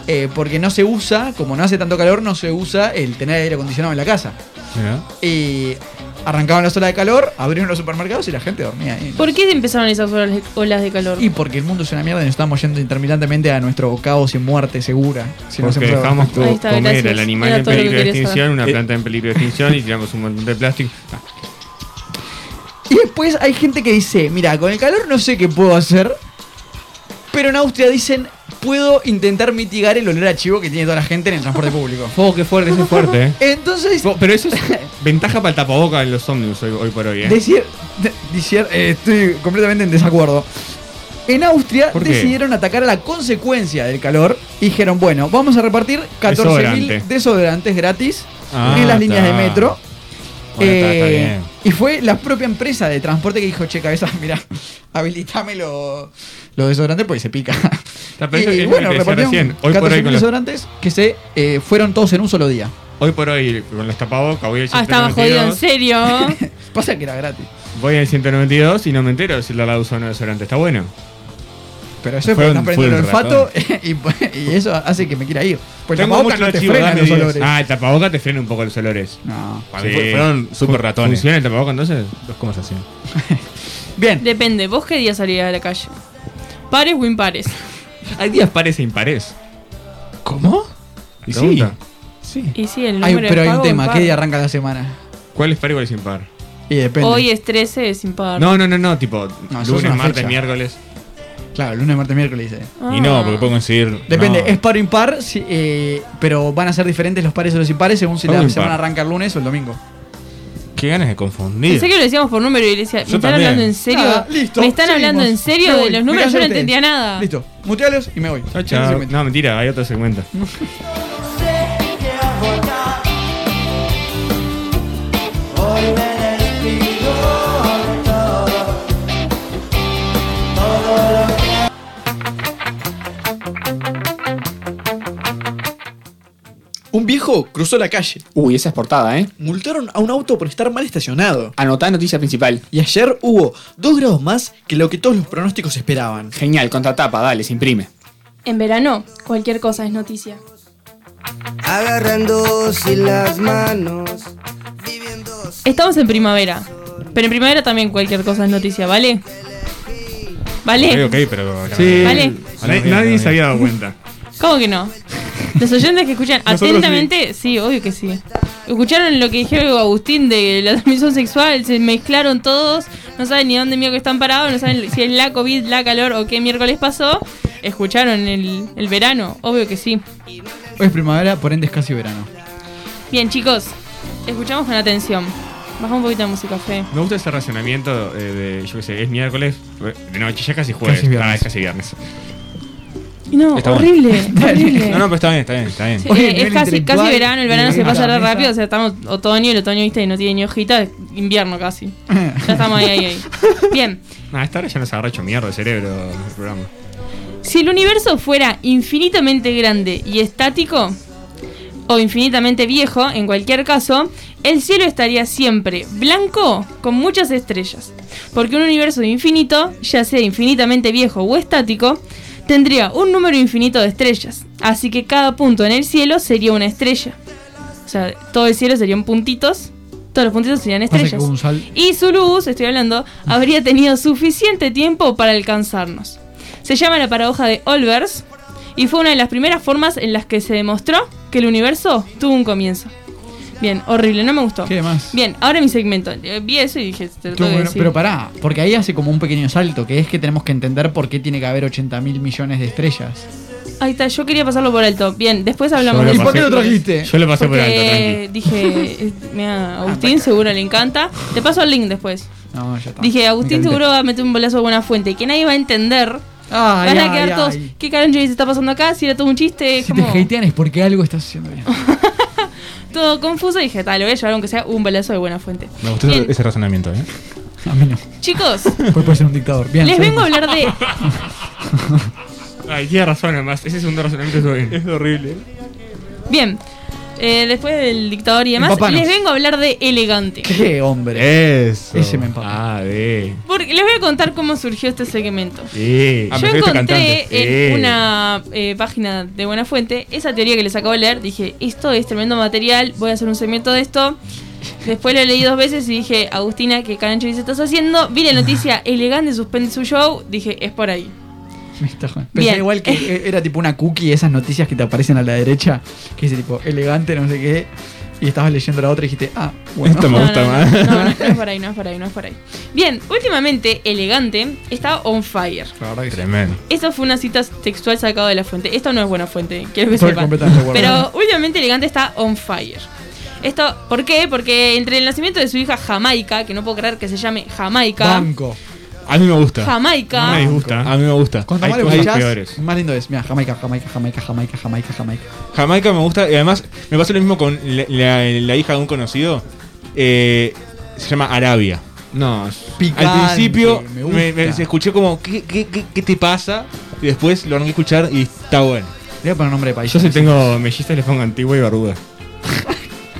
Eh, porque no se usa, como no hace tanto calor, no se usa el tener aire acondicionado en la casa.
Mirá.
Y arrancaban las olas de calor, abrieron los supermercados y la gente dormía ahí.
¿Por qué empezaron esas olas de- olas de calor?
Y porque el mundo es una mierda y nos estamos yendo interminablemente a nuestro caos y muerte segura. Si no
Porque
hacemos algo al
dejamos
respecto.
co-
Ahí está,
comer
gracias.
al animal
Era
en
todo lo que
peligro de
quería
extinción,
saber.
una planta en peligro de extinción y tiramos un montón de plástico. Ah,
Y después hay gente que dice, mira, con el calor no sé qué puedo hacer, pero en Austria dicen, puedo intentar mitigar el olor a chivo que tiene toda la gente en el transporte público.
oh, qué fuerte, eso es fuerte, eh.
Entonces,
Oh, Pero eso es
*laughs*
ventaja para el tapaboca en los ómnibus hoy, hoy por hoy, eh.
Decir, de- decir, eh, estoy completamente en desacuerdo. En Austria
¿Por qué?
decidieron atacar a la consecuencia del calor y dijeron, bueno, vamos a repartir 14.000
Desodorante.
desodorantes gratis
Ah,
en las líneas de
está.
metro.
Bueno, está- está
Eh,
bien.
y fue la propia empresa de transporte que dijo, che, cabeza, *laughs* mira, habilitame lo- los desodorantes porque se pica.
La película que es lo que decía
repartieron
recién, hoy por hoy
14.000
con los-
desodorantes que se eh, fueron todos en un solo día.
Hoy por hoy, con los tapabocas, voy al
Ah, estaba jodido, en
192.
serio.
*laughs* Pasa que era gratis.
Voy al 192 y no me entero si la la uso o no desodorante. Está bueno.
Pero eso es
Fue
porque
un-
están perdiendo el
fue un
olfato y, *laughs* y eso hace que me quiera ir. Pues
Tengo
tampoco
mucho
no te
archivo,
frenan
dame
los
diez.
olores.
Ah, el tapaboca te frena un poco los olores.
No.
Sí, fue- fueron super ratones.
¿Funciona el tapaboca entonces?
Dos conversaciones.
Bien,
Depende, ¿vos qué día salías a la calle? ¿Pares o impares?
Hay días pares e impares.
¿Cómo? Y sí.
Pregunta.
Sí.
Y sí, el
hay-
número de
pero hay un
pago
tema.
impar.
¿Qué día arranca la semana?
¿Cuál es par y cuál es impar?
Y depende.
Hoy es 13, es impar.
No, no, no, no, tipo
No, eso es
lunes,
una
martes,
fecha.
miércoles.
Claro, lunes, martes, miércoles. dice.
Ah.
Y no, porque puedo conseguir.
Depende,
no.
es par o impar, si- eh, pero van a ser diferentes los pares o los impares según si
Par o
la
impar.
semana arranca el lunes o el domingo.
Qué ganas de confundir.
Pensé que lo decíamos por número y le decía, ¿me
Yo
están
también.
hablando en serio?
Nada, Ah, listo,
¿Me están
seguimos.
hablando en
Me
serio
voy,
de los números?
gracias
Yo
a
no
ustedes.
entendía nada.
Listo, mutealos y me voy.
Chao, chao. No, mentira, hay otro segmento.
Un viejo cruzó la calle.
Uy, esa es portada, ¿eh?
Multaron a un auto por estar mal estacionado.
Anotá noticia principal.
Y ayer hubo dos grados más que lo que todos los pronósticos esperaban.
Genial, contratapa, dale, se imprime.
En verano, cualquier cosa es noticia.
agarrándose las manos, viviendo
Estamos en primavera. Pero en primavera también cualquier cosa es noticia, ¿vale?
Ok,
¿Vale?
ok, pero.
Vale.
Nadie, nadie se había dado cuenta.
¿Cómo que no? Los oyentes que escuchan atentamente, sí. obvio que sí. Escucharon lo que dijeron Agustín de la transmisión sexual, se mezclaron todos, no saben ni dónde mierda que están parados, no saben si es la COVID, la calor o qué miércoles pasó. Escucharon el, el verano, obvio que sí.
Hoy es primavera, por ende es casi verano.
Bien, chicos, escuchamos con atención. Baja un poquito de música, Fe.
Me gusta ese razonamiento eh, de, yo qué sé, es miércoles, de noche, ya casi jueves.
Casi viernes.
Ah, es casi viernes.
No,
Está bueno.
horrible,
*laughs*
horrible.
No, no, pero está bien, está bien, está bien.
Sí,
Oye,
eh,
nivel
es casi,
intelectual,
casi verano, el verano se
nivel
pasa
de
re
mesa.
rápido, o sea, estamos otoño, y el otoño, viste, no tiene ni hojita, es invierno casi. Ya estamos ahí, ahí, *laughs* ahí. Bien,
Ah, esta hora ya nos agarra hecho mierda el cerebro el programa.
si el universo fuera infinitamente grande y estático, o infinitamente viejo, en cualquier caso, el cielo estaría siempre blanco con muchas estrellas. Porque un universo infinito, ya sea infinitamente viejo o estático, tendría un número infinito de estrellas. Así que cada punto en el cielo sería una estrella. O sea, todo el cielo serían puntitos. Todos los puntitos serían
Pasa que
estrellas.
hubo un sal-
Y su luz, estoy hablando, habría tenido suficiente tiempo para alcanzarnos. Se llama la paradoja de Olbers y fue una de las primeras formas en las que se demostró que el universo tuvo un comienzo. Bien, horrible, no me gustó.
¿Qué más?
Bien, ahora mi segmento. Eh, Vi eso y dije, te
Estuvo
lo tengo que
bueno,
decir.
pero pará, porque ahí hace como un pequeño salto, que es que tenemos que entender por qué tiene que haber 80 mil millones de estrellas.
Ahí está, yo quería pasarlo por alto. Bien, después hablamos.
Yo
¿Y
lo
por
pasé-
qué lo trajiste?
Yo lo pasé por alto,
Porque
tranqui.
*laughs*
dije, eh,
Ah,
mira, a Agustín seguro le encanta. Te paso el link después.
No, ya está.
Dije, Agustín
Me calenté.
seguro va a meter un bolazo a buena fuente que nadie va a entender.
Ay,
Van
ay,
a quedar todos,
ay.
¿qué carajo se está pasando acá? Si era todo un chiste, es
Si
como
te hatean es porque algo estás haciendo
*laughs*
bien. Pues
todo confuso. Dije, tal, lo voy a llevar aunque sea un bolazo de buena fuente.
Me gustó
Bien,
ese razonamiento, ¿eh?
A mí no. *laughs*
chicos,
Puede puede ser un dictador. Bien,
les
seguimos.
vengo a hablar de
Ay, tiene razón, además. Ese segundo razonamiento estuvo bien.
Es horrible.
Bien, eh, después del dictador y demás,
Empapanos.
les vengo a hablar de elegante.
Qué
Eh,
hombre.
Eso.
Ese me empapa.
Ah, de.
Porque les voy a contar cómo surgió este segmento.
Sí.
Ah,
Yo
pensé que este
encontré
cantante. Eh.
en una eh, página de Buena Fuente esa teoría que les acabo de leer. Dije, esto es tremendo material, voy a hacer un segmento de esto. Después lo leí dos veces y dije, Agustina, ¿qué carancho dice estás haciendo? Vi la
*laughs*
noticia, elegante suspende su show. Dije, es por ahí.
*laughs* Me está jodiendo.
Bien.
Pensé igual que
*laughs*
eh, era tipo una cookie, esas noticias que te aparecen a la derecha, que dice tipo elegante, no sé qué, y estabas leyendo la otra y dijiste, ah, bueno.
Esto me
No,
gusta
no,
más.
No, no, no, no es por ahí, no es por ahí, no es por ahí. Bien, últimamente, elegante está on fire.
Tremendo.
Esa fue una cita textual sacada de la fuente. Esto no es buena fuente, quiero que
Estoy
sepan.
completamente de acuerdo.
Pero últimamente Elegante está on fire. Esto, ¿por qué? Porque entre el nacimiento de su hija Jamaica, que no puedo creer que se llame Jamaica,
Banco.
A mí me gusta.
Jamaica,
No me disgusta.
A mí me gusta.
Cuanto
Hay
más le
cosas
escuchás,
peores.
más lindo es. Mira, Jamaica, Jamaica, Jamaica, Jamaica, Jamaica, Jamaica.
Jamaica me gusta. Y además, me pasó lo mismo con la, la- la hija de un conocido. Eh, se llama Arabia.
No.
Al principio
me gusta.
me, me- se escuché como, ¿qué, qué, qué, qué te pasa? Y después lo arranqué a escuchar y está bueno.
Le voy a poner nombre de país.
Yo si tengo mellizas les pongo antigua y barbuda.
*laughs*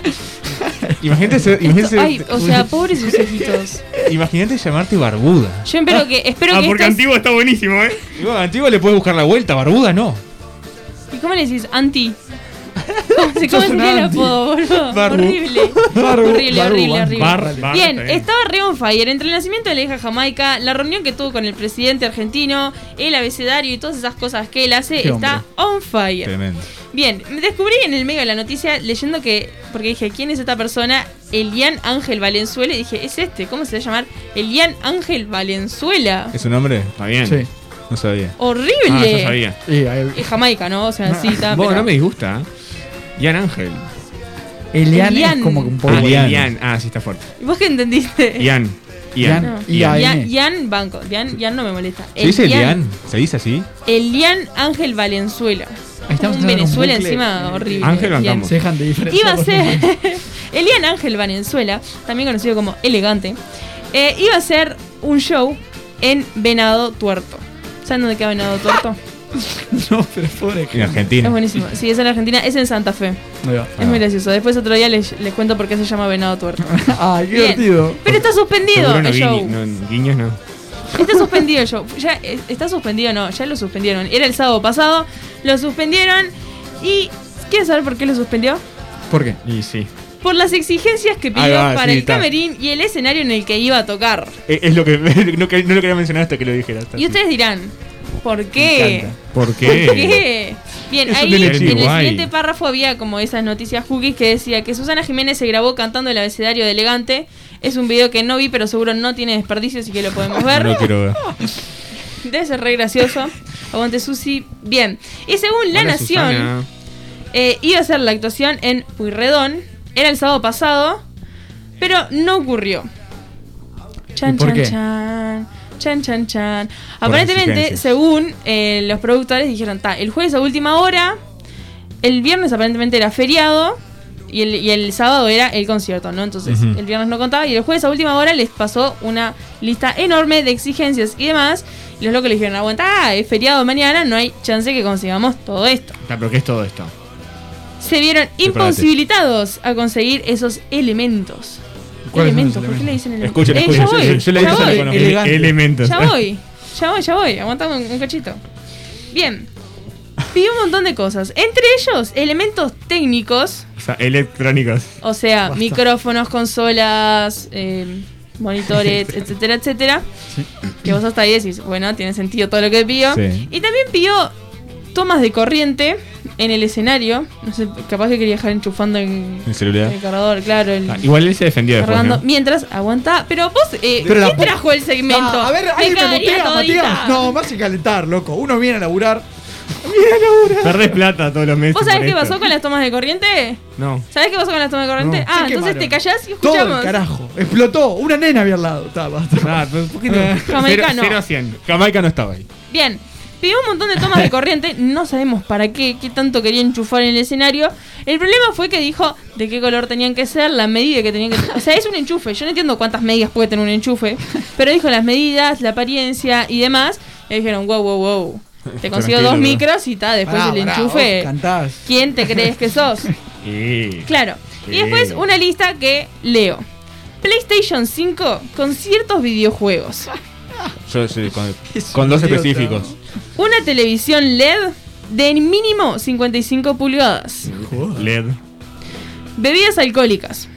Imagínate, ser-
Esto-
imagínate,
ay, o
*laughs*
sea, pobres sus hijitos.
imagínate llamarte Barbuda.
Yo espero que, espero
ah,
que
porque
estas-
antigua está buenísimo, ¿eh?
Y bueno, antiguo le puedes buscar la vuelta, Barbuda no.
¿Y cómo le decís?
*laughs*
Anti. ¿Cómo se cómo
Sos un
sería el
anti.
apodo, boludo?
Barbu.
Horrible. horrible,
Barbu,
horrible,
Barbu.
horrible.
Bar, bar,
Bien,
Ah, está bien.
estaba re on fire. Entre el nacimiento de la hija Jamaica, la reunión que tuvo con el presidente argentino, el abecedario y todas esas cosas que él hace,
Qué
está on fire.
Tremendo.
Bien, me descubrí en el medio de la noticia leyendo que, porque dije, ¿quién es esta persona? Elian Ángel Valenzuela. Y dije, ¿es este? ¿Cómo se va a llamar? Elian Ángel Valenzuela.
¿Es un nombre?
Está bien.
Sí.
No sabía.
Horrible.
Ah, yo sabía.
Y ahí-
Es Jamaica, ¿no? O sea, sí, está.
Bueno,
pero-
no me disgusta. ¿eh? Ian Ángel.
Elian
Elian.
es como que un poco.
Ah,
Ian.
Ian. Ah, sí, está fuerte.
¿Vos qué entendiste?
Ian. Ian.
No.
Y ahí-
Ian, Ian Banco. Ian, Ian no me molesta.
¿Se dice
Elian-
Elian? ¿Se dice así?
Elian Ángel Valenzuela.
Ahí estamos entrando
un
en un
Venezuela
bucle.
encima horrible.
Ángel
Elian.
bancamos.
Se dejan de diferenciar.
Iba a
los
ser.
nombres.
*laughs* Elian Ángel Valenzuela, también conocido como Elegante, eh, iba a ser un show en Venado Tuerto. ¿Saben dónde queda Venado Tuerto?
*laughs* No, pero pobre.
En
es
Argentina.
buenísimo. Sí, es en Argentina, es en Santa Fe.
Ahí va. *laughs*
Ah.
Es muy gracioso. Después otro día les, les cuento por qué se llama
*laughs*
Venado Tuerto.
Ay, qué
Bien.
divertido.
Pero está suspendido
Seguro no
el
vi
show.
ni- no, guiños no.
Está suspendido el show. Ya, eh, está suspendido, no, ya lo suspendieron. Era el sábado pasado, lo suspendieron y. ¿Quieres saber por qué lo suspendió?
¿Por qué?
Y sí.
Por las exigencias que
Ahí
pidió
va,
para
sí,
el
está.
camerín y el escenario en el que iba a tocar.
Es, Eh, es lo que *laughs* no, que- no lo quería mencionar hasta que lo dijeras.
Y ustedes dirán, ¿por qué?
¿Por
¿Por qué? Bien,
Eso
ahí
tiene
en el
Chihuahua.
siguiente párrafo había como esas noticias cookies que decía que Susana Jiménez se grabó cantando el abecedario de Elegante. Es un video que no vi, pero seguro no tiene desperdicio, así que lo
*laughs*
podemos ver.
No lo quiero ver.
Debe ser re gracioso. Aguante Susi. Bien. Y según La
Hola,
Nación,
Susana.
eh, iba a ser la actuación en Puyredón. Era el sábado pasado, pero no ocurrió. Chan,
¿Y por
chan,
qué?
chan. Chan, chan, chan.
Por
Aparentemente,
exigencias.
según eh, los productores, dijeron, ta, el jueves a última hora, el viernes aparentemente era feriado. Y el, y el sábado era el concierto, ¿no? Entonces,
Ujú.
el viernes no contaba y el jueves a última hora les pasó una lista enorme de exigencias y demás. Y los locos le dijeron, aguanta, ah, es feriado mañana, no hay chance que consigamos todo esto.
Está, pero ¿qué es todo esto?
Se vieron imposibilitados a conseguir esos elementos.
¿Cuáles son los
¿Por qué le dicen elementos?
Escuchen,
Eh,
escuchen.
ya voy,
yo- yo
ya
la dije, yo la
voy.
conozco.
Elegante.
e- Elementos.
Ya voy, ya voy, ya voy. Aguantame un, un cachito. Bien. Pidió un montón de cosas. Entre ellos, elementos técnicos.
*laughs* O sea, electrónicos.
O sea, micrófonos, consolas, eh,
*laughs*
monitores, etcétera, etcétera. Que vos hasta ahí decís, bueno, tiene sentido todo lo que pidió.
Sí.
Y también pidió tomas de corriente en el escenario. No sé, capaz que quería dejar enchufando en,
En celular.
el cargador, claro. el-
Ah, igual él se defendió después,
cargando.
¿no?
Mientras, aguanta. Pero vos, eh,
Pero la
¿quién
po-
trajo el segmento?
Ah, a ver,
Me
alguien me
cagaría
mutea,
todita.
Matías. No, más que calentar, loco. Uno viene a laburar.
Perdés plata todos los meses.
este
¿Vos sabés
por
qué
esto.
pasó con las tomas de corriente?
No.
¿Sabés qué pasó con las tomas de corriente?
No.
ah,
Se
entonces
quemaron.
te callás
Todo
y escuchamos.
el carajo. Explotó. Una nena había al lado. Está, basta.
Ah, pero ¿por qué no? Cero,
Jamaicano.
cero a cien.
Jamaica no estaba ahí.
Bien, pidió un montón de tomas de corriente, no sabemos para qué, qué tanto quería enchufar en el escenario. El problema fue que dijo de qué color tenían que ser, la medida que tenían que O sea, es un enchufe, yo no entiendo cuántas medidas puede tener un enchufe, pero dijo las medidas, la apariencia y demás. Y dijeron, wow, wow, wow. Te consigo
Tranquilo,
dos
bro.
micros y ta, después
Pará,
el
pará,
enchufe.
vos Cantás.
¿Quién te crees que sos?
Y-
Claro. Y después
Sí.
una lista que leo. PlayStation 5 con ciertos videojuegos.
Yo sí, *laughs* con,
Es
con
un
dos
idiota.
específicos.
Una televisión LED de mínimo 55 pulgadas.
LED.
Bebidas alcohólicas.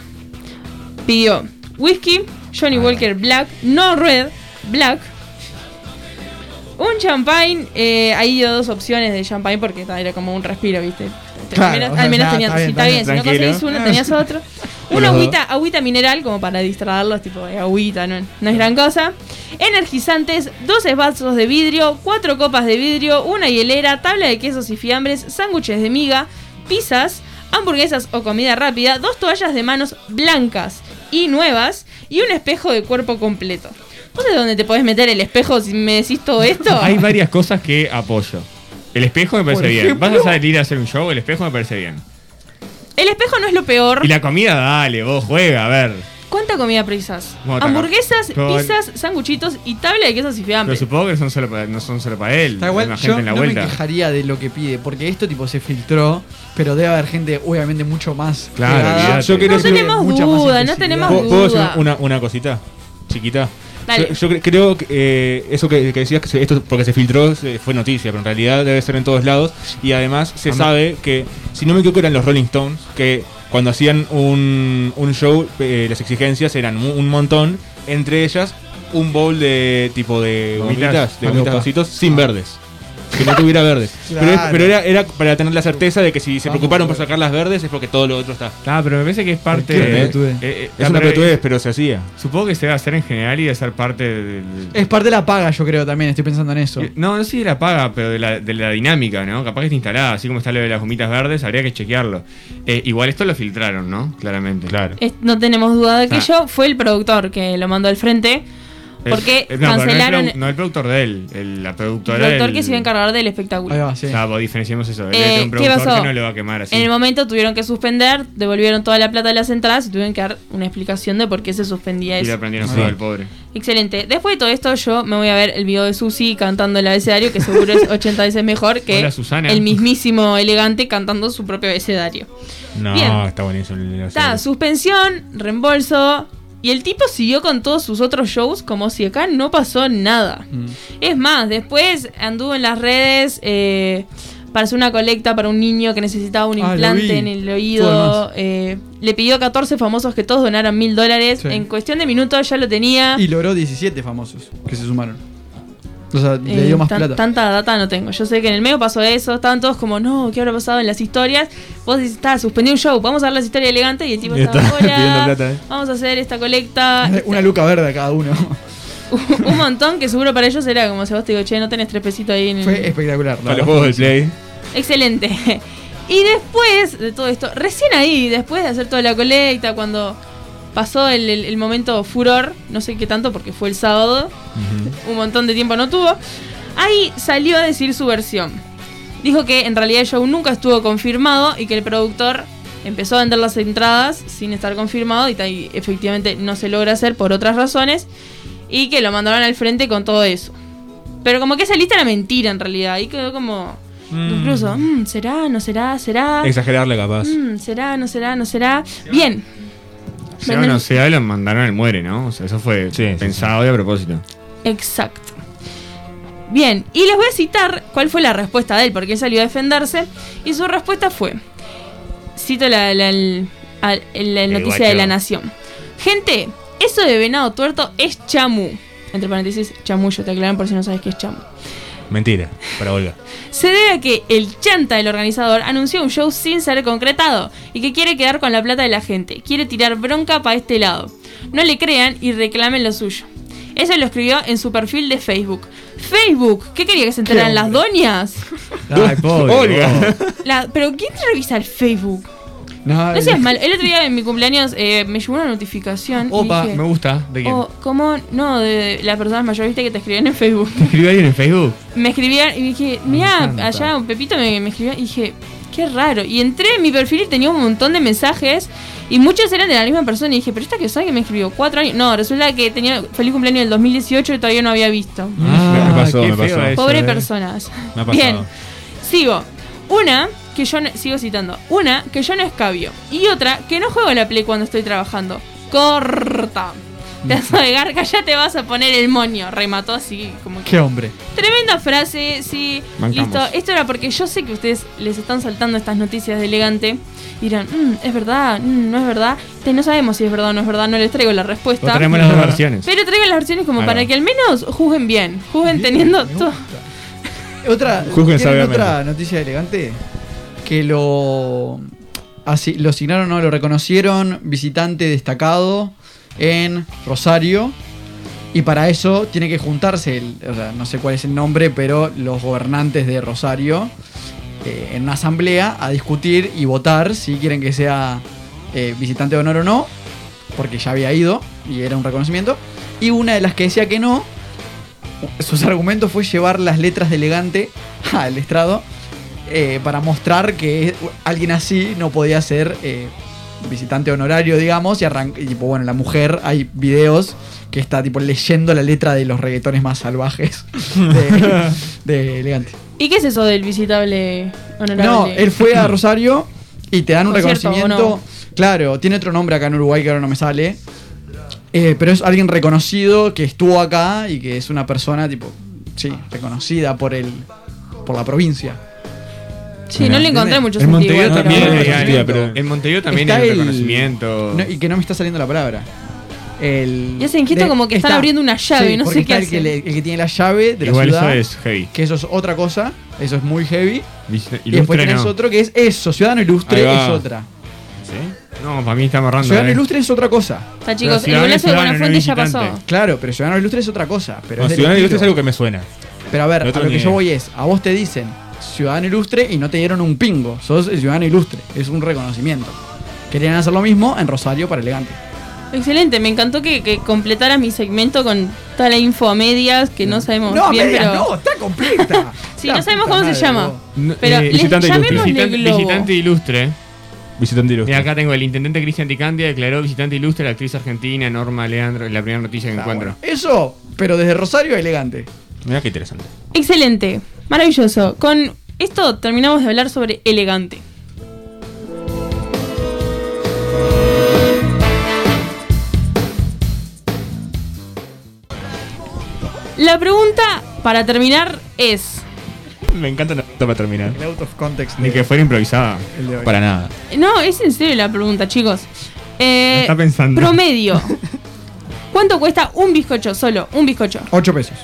Pidió whisky,
Ah.
Johnny Walker Black, no red, black. Un champagne, eh, ahí dio dos opciones de champagne porque ta, era como un respiro, ¿viste? Te-
Claro,
al menos,
o sea,
al menos
ya,
tenías,
está bien,
sí,
está
está
bien, Ah.
bien, si no
tranquilo.
conseguís uno,
*laughs*
tenías otro. Una agüita, agüita mineral como para distraerlos, tipo eh, agüita, no, no es gran cosa. Energizantes, 12 vasos de vidrio, 4 copas de vidrio, una hielera, tabla de quesos y fiambres, sándwiches de miga, pizzas, hamburguesas o comida rápida, dos toallas de manos blancas y nuevas y un espejo de cuerpo completo. ¿Vos sabés dónde te podés meter el espejo si me decís
*laughs*
todo esto?
Hay varias cosas que apoyo. El espejo me parece bien. Vas a salir a hacer un show, el espejo me parece bien.
El espejo no es lo peor.
Y la comida, dale, vos juega, a ver.
¿Cuánta comida precisas?
Bueno, está acá.
Hamburguesas,
Con-
pizzas, sanguchitos y tabla de quesos y
Pero
fiambres.
supongo que son solo para- no son solo para él.
Está igual,
Hay más
yo
gente en la
no
vuelta.
me quejaría de lo que pide, porque esto tipo se filtró, pero debe haber gente obviamente mucho más.
Claro,
pegada.
olvidate.
Ah, Yo quiero
No
decir-
tenemos
mucha más
duda, no
intensidad.
tenemos
¿Puedo, puedo decir
duda.
una, una cosita? Chiquita.
Dale.
Yo, yo cre- creo que eh, eso que, que decías, que se- esto porque se filtró, se- fue noticia, pero en realidad debe ser en todos lados. Y además se sabe que, si no me equivoco, eran los Rolling Stones, que cuando hacían un, un show, eh, las exigencias eran mu- un, montón, entre ellas un bowl de tipo de
Gomitas.
gomitas, de
Ah,
gomitas
opa.
vasitos, sin verdes. Que no tuviera verdes. Pero, es-
Claro.
pero era, era para tener la certeza de que si se
Vamos,
preocuparon por
boludo.
sacar las verdes es porque todo lo otro está.
Ah, pero me parece que es parte.
Cualquier
eh,
pelotudez.
eh,
Es
ah,
una
pero-
pelotudez, pero se hacía.
Supongo que se debe hacer en general y debe ser parte del.
Es parte de la paga, yo creo también, estoy pensando en eso.
No, no sé de la paga, pero de la, de la dinámica, ¿no? Capaz que está instalada, así como está lo de las gomitas verdes, habría que chequearlo. Eh, igual esto lo filtraron, ¿no? Claramente.
Claro.
Es- no tenemos duda de que
Ah.
yo fue el productor que lo mandó al frente
Es-
porque
eh, no, pero no el
cancelaron
produ- No, el productor de él, el, la
el
productora.
productor
del-
que se iba a encargar del
Ahí
espectáculo.
va, sí.
O sea, vos diferenciamos eso. él
Eh,
es un
¿qué
productor
pasó?
que no lo va a quemar así.
En el momento tuvieron que suspender, devolvieron toda la plata de las entradas y tuvieron que dar una explicación de por qué se suspendía
y lo
eso.
aprendieron
Sí.
todo el pobre.
Excelente. Después de todo esto, yo me voy a ver el video de Susi cantando el abecedario, que
*laughs*
seguro es 80 veces mejor que
Hola, Susana.
el mismísimo elegante cantando su propio abecedario.
No,
Bien.
está buenísimo. el- el-
Está, suspensión, reembolso. Y el tipo siguió con todos sus otros shows como si acá no pasó nada.
Mm.
Es más, después anduvo en las redes eh, para hacer una colecta para un niño que necesitaba un
Ah, lo vi.
implante en el
Todo
oído. eh, le pidió a 14 famosos que todos donaran mil dólares.
Sí.
En cuestión de minutos ya lo tenía.
Y logró 17 famosos que se sumaron. O sea, le
Eh,
dio más
tan-
plata.
Tanta data no tengo. Yo sé que en el medio pasó eso. Estaban todos como, no, ¿qué habrá pasado en las historias? Vos decís, está, suspendí un show, vamos a ver las historias elegantes. Y el tipo
Y
estaba,
está *laughs* pidiendo
hola,
plata, eh".
vamos a hacer esta colecta.
*laughs* Una luca verde a cada uno.
*laughs* Mm. un montón que seguro para ellos era como si vos te digo, che, no tenés tres pesitos ahí en el...
Fue espectacular. la
Para
verdad.
los juegos del Play.
Excelente. Y después de todo esto, recién ahí, después de hacer toda la colecta, cuando pasó el, el- el momento furor, no sé qué tanto porque fue el sábado, un montón de tiempo no tuvo, ahí salió a decir su versión. Dijo que en realidad el show nunca estuvo confirmado y que el productor empezó a vender las entradas sin estar confirmado y, ta- y efectivamente no se logra hacer por otras razones y que lo mandaron al frente con todo eso. Pero como que esa lista era mentira en realidad y quedó como... Incluso, mm, ¿será? ¿No será? ¿Será?
Exagerarle capaz.
Ah. Mm, ¿Será? ¿No será? ¿No será? Bien.
Sea o no sea, lo mandaron al muere, ¿no? O sea, eso fue
Sí, sí,
pensado y a propósito.
Exacto. Bien, y les voy a citar cuál fue la respuesta de él, porque él salió a defenderse, y su respuesta fue, cito la, la- el- al- el- la noticia de
guacho.
la Nación. Gente, eso de venado tuerto es chamu. Entre paréntesis, chamullo, te aclaran por si no sabes qué es chamu.
Mentira, para Olga.
Se debe a que el chanta del organizador anunció un show sin ser concretado y que quiere quedar con la plata de la gente, quiere tirar bronca para este lado. No le crean y reclamen lo suyo. Eso lo escribió en su perfil de Facebook. Facebook, ¿qué quería que se enteraran las doñas?
Ay, pobre.
Olga.
La- ¿Pero quién revisa el Facebook?
No,
No seas malo. El otro día en mi cumpleaños eh, me llegó una notificación. y
Opa,
dije,
me gusta. ¿De quién?
Oh, ¿cómo? No, de las personas mayores viste, que te escribían en Facebook.
¿Te escribió alguien en Facebook?
me escribían y dije, mira, allá un Pepito me, me escribió y dije, qué raro. Y entré en mi perfil y tenía un montón de mensajes y muchos eran de la misma persona. Y dije, pero esta que sabe que me escribió cuatro años. No, resulta que tenía feliz cumpleaños del 2018 y todavía no había visto.
Ah, me pasó,
qué
me
feo
pasó.
eso,
Pobre
eh.
personas.
Me ha
*laughs*
pasado.
Bien, sigo. Una que yo no- sigo citando. Una que yo no escabio. Y otra que no juego a la play cuando estoy trabajando. Corta. Te
*laughs*
vas a pegar, que ya te vas a poner el moño. Remató así como que.
Qué hombre.
Tremenda frase, sí.
Bancamos.
Listo. Esto era porque yo sé que ustedes les están saltando estas noticias de elegante. Y dirán, "Mm, es verdad, Mm, no es verdad. Te- no sabemos si es verdad o no es verdad, no les traigo la respuesta.
O traemos las dos versiones.
Pero traigo las versiones como
Ahí
para
va.
que al menos juzguen bien. Juzguen teniendo todo.
Otra,
Juzguen
¿tienen
sabiamente.
otra noticia elegante que lo así, lo asignaron no lo reconocieron visitante destacado en Rosario y para eso tiene que juntarse el, o sea, no sé cuál es el nombre pero los gobernantes de Rosario eh, en una asamblea a discutir y votar si quieren que sea eh, visitante de honor o no porque ya había ido y era un reconocimiento y una de las que decía que no sus argumentos fue llevar las letras de elegante al estrado eh, para mostrar que alguien así no podía ser eh, visitante honorario, digamos, y arranca, y tipo, bueno, la mujer, hay videos que está tipo leyendo la letra de los reggaetones más salvajes de, de elegante.
¿Y qué es eso del visitable honorable?
No, él fue a Rosario y te dan un
Concierto, ¿o
reconocimiento.
no?
Claro, tiene otro nombre acá en Uruguay que ahora no me sale. Eh, pero es alguien reconocido que estuvo acá y que es una persona, tipo, sí, reconocida por el por la provincia.
Sí, no le encontré mucho
En
sentido.
Montevideo
igual,
también
pero-
no,
hay
no,
algo.
no, pero-
En Montevideo también
Está
hay un
el-
reconocimiento.
No, y que no me está saliendo la palabra. El,
Y hacen gesto como que están abriendo una llave,
sí,
no sé
porque
qué
está el que,
hacen.
le- el que tiene la llave de
Igual
la ciudad.
eso es heavy.
Que eso es otra cosa, eso es muy heavy. Y después
Ilustre
tenés
no.
otro que es eso, Ciudadano Ilustre
Ahí va.
es otra.
¿Sí? No, para mí está amarrando.
Ciudadano
eh.
Ilustre es otra cosa.
Está, chicos, el
ciudadano
golazo de
ciudadano, no
Buenafuente ya
visitante.
pasó.
Claro, pero Ciudadano Ilustre es otra cosa. Pero
No,
es del
Ciudadano Ilustre
estilo.
es algo que me suena.
Pero a ver,
No
a
tengo
lo
ni
que yo
idea.
voy es, a vos te dicen Ciudadano Ilustre y no te dieron un pingo. Sos el Ciudadano Ilustre, es un reconocimiento. Querían hacer lo mismo en Rosario para Elegante.
Excelente, me encantó que, que completaras mi segmento con toda la info a medias que no sabemos
no,
Oh, bien,
medias,
pero.
no, está completa.
*laughs* Sí,
La
no sabemos
puta
cómo se
madre,
llama.
vos.
No,
Pero
eh,
le-
visitante ilustre.
llamémosle
Visitante,
globo.
visitante ilustre.
Visitante ilustre.
Mira, acá tengo el intendente Cristian Ticandia declaró visitante ilustre a la actriz argentina Norma Leandro. Es la primera noticia que
Está
encuentro.
bueno. Eso, pero desde Rosario a Elegante.
Mirá qué interesante.
Excelente, maravilloso. Con esto terminamos de hablar sobre elegante. La pregunta para terminar es,
Me encanta la pregunta para terminar.
El out of context.
Ni
de-
que fuera improvisada.
el de hoy.
Para nada.
No, es en serio la pregunta, chicos. Eh,
Lo está pensando.
Promedio. ¿Cuánto cuesta un bizcocho solo? Un bizcocho.
8 pesos.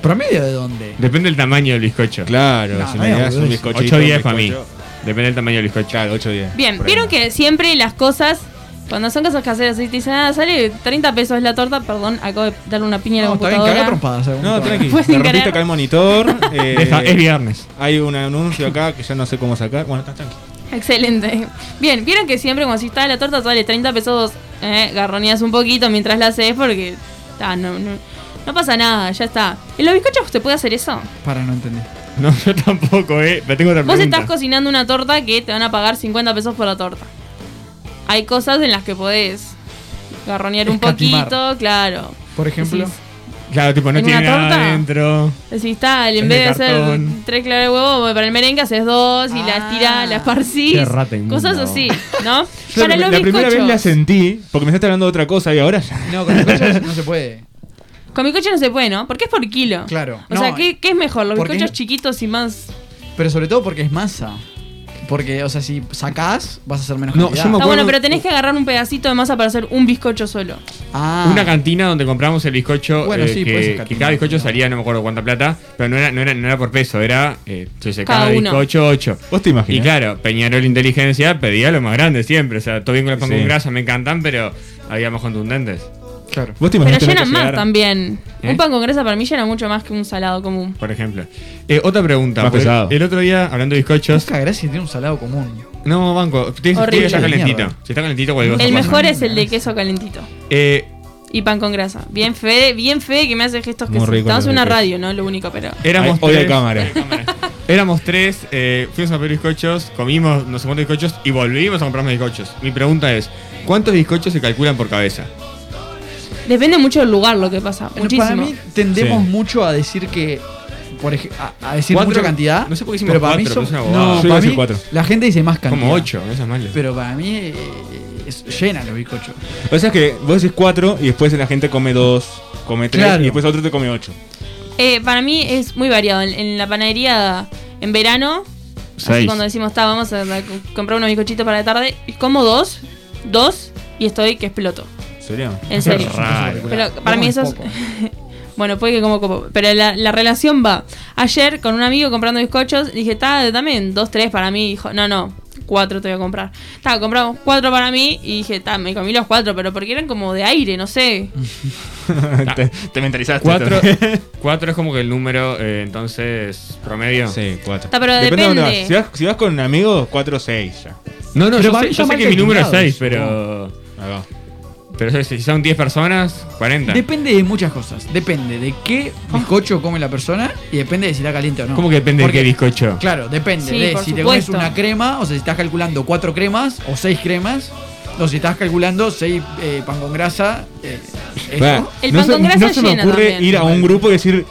¿Promedio de dónde?
Depende del tamaño del bizcocho.
Claro,
No,
si
no
me
hay
das un
abuso.
bizcochito.
8 o 10
un
para mí.
bizcocho.
Depende del tamaño del bizcocho.
Claro, 8 o 10.
Bien,
por ahí.
vieron que siempre las cosas, cuando son cosas caseras, y te dicen, ah, sale 30 pesos la torta, perdón, acabo de darle una piña a la
No, está bien,
computadora.
cagá trompadas. eh, un
No,
montón.
tranqui.
Fue sin
Me rompiste
querer.
acá
*laughs*
el monitor. eh,
Deja- es viernes.
hay un anuncio acá que ya no sé cómo sacar. Bueno, está tranqui.
Excelente. Bien, vieron que siempre cuando si está la torta sale 30 pesos, eh, garroneas un poquito mientras la haces porque ah, no, no, no pasa nada, ya está. ¿En los bizcochos usted puede hacer eso?
Para no entender.
No, yo tampoco, eh. Pero tengo otra
Vos
pregunta.
estás cocinando una torta que te van a pagar 50 pesos por la torta. Hay cosas en las que podés garronear un
Escatimar.
poquito, claro.
Por ejemplo.
Decís,
Claro, tipo, no
¿En
tiene
una torta?
nada adentro.
decís, tal, en
Es
vez
de
de hacer
cartón.
tres claras de huevo para el merengue, haces dos y la las tirás, las esparcís.
Qué rata inmunda,
Cosas
vos.
así,
*laughs*
¿no?
Yo
para
la,
los
la primera vez
bizcochos.
la sentí porque me estás hablando de otra cosa y ahora ya.
No, con las cosas no se puede.
Con mi coche no se puede, ¿no? Porque es por kilo.
Claro.
O
No,
sea, ¿qué, qué es mejor? ¿Los
porque-
bizcochos chiquitos y más...?
Pero sobre todo porque es masa. Porque, o sea, si sacás, vas a hacer menos
No,
cantidad.
yo me
Está
acuerdo-
bueno, pero
eh.
tenés que agarrar un pedacito de masa para hacer un bizcocho solo.
Ah,
Una cantina donde compramos el bizcocho.
Bueno,
eh,
sí, puede ser
que, que
cantina,
cada bizcocho
¿no?
salía, no me acuerdo cuánta plata. Pero no era, no era, no era por peso, era. Eh, yo sé,
Cada
cada,
uno.
bizcocho, 8.
Vos te imaginas.
Y claro, Peñarol Inteligencia pedía lo más grande siempre. O sea, todo bien con la pan
Sí.
con grasa, me encantan, pero había más contundentes.
Claro.
Vos te
Pero
imaginas tener que
llenan más
llegar,
también.
¿Eh?
Un pan con grasa para mí llena mucho más que un salado común.
por ejemplo. Eh, otra pregunta.
Más
porque
pesado.
El otro día, hablando de bizcochos.
Busca gracia tiene un salado común.
No, banco. Tiene tiene que
Horrible.
estar calentito.
Mierda.
Si está calentito, cualquier cosa
El
pasa.
mejor es el de queso calentito.
Eh,
Y pan con grasa. Bien fe, bien fe que me hace gestos que
Muy
sí.
rico
Estamos en
los
una
de queso.
radio, ¿no? Lo único, pero.
éramos
Ay, hoy hay
tres- *laughs*
cámara.
Éramos tres, eh, fuimos a pedir bizcochos, comimos no sé cuántos bizcochos y volvimos a comprar más bizcochos. Mi pregunta es, ¿cuántos bizcochos se calculan por cabeza?
Depende mucho del lugar lo que pasa.
Bueno,
Muchísimo.
Para mí tendemos
Sí.
mucho a decir que. Por ej- a, a decir
Cuatro-
mucha cantidad.
no sé por qué hicimos
pero para
cuatro,
mí
pero es
son,
una bobada.
no,
Yo iba a
para
decir
mí
cuatro.
la gente dice más cantidad.
Como ocho, no es malo.
Pero para mí eh, es, llena los bizcochos.
O sea que vos decís cuatro y después la gente come dos, come tres
Claro.
y después otro te come ocho.
Eh, para mí es muy variado. En, en la panadería, en verano, así
Seis.
cuando decimos, está, vamos a, a comprar unos bizcochitos para la tarde, y como dos, dos, y estoy que exploto.
¿Sería?
*laughs* En serio.
raro.
Pero para mí eso es. *laughs* Bueno, puede que como copo. Pero la, la relación va. Ayer con un amigo comprando bizcochos, dije, está, también, dos, tres para mí. Dijo, no, no, cuatro te voy a comprar. Está, compramos cuatro para mí y dije, está, me comí los cuatro, pero porque eran como de aire, no sé.
*laughs* te, te
*laughs*
mentalizaste.
Cuatro,
también.
cuatro es como que el número, eh, entonces, promedio.
Sí, cuatro.
Está, pero
de dónde
depende.
vas. Si vas, si vas con un amigo, cuatro o seis ya.
No, no,
Pero
yo
para
sé,
mí
yo
está
sé
mal
que mi número es seis, pero...
calculado.
Ahí va.
Pero si son 10 personas, 40.
Depende de muchas cosas. Depende de qué bizcocho come la persona y depende de si está caliente o no.
Ah. ¿Cómo que depende
Porque,
de qué bizcocho?
Claro, depende
Sí,
de
por
si te comes
supuesto.
una crema o sea, si estás calculando cuatro cremas o seis cremas o si estás calculando seis eh, pan con grasa. eh, eso.
Va,
El
no
pan
se,
con grasa
no se me
llena
ocurre
también.
ir a un grupo y decir,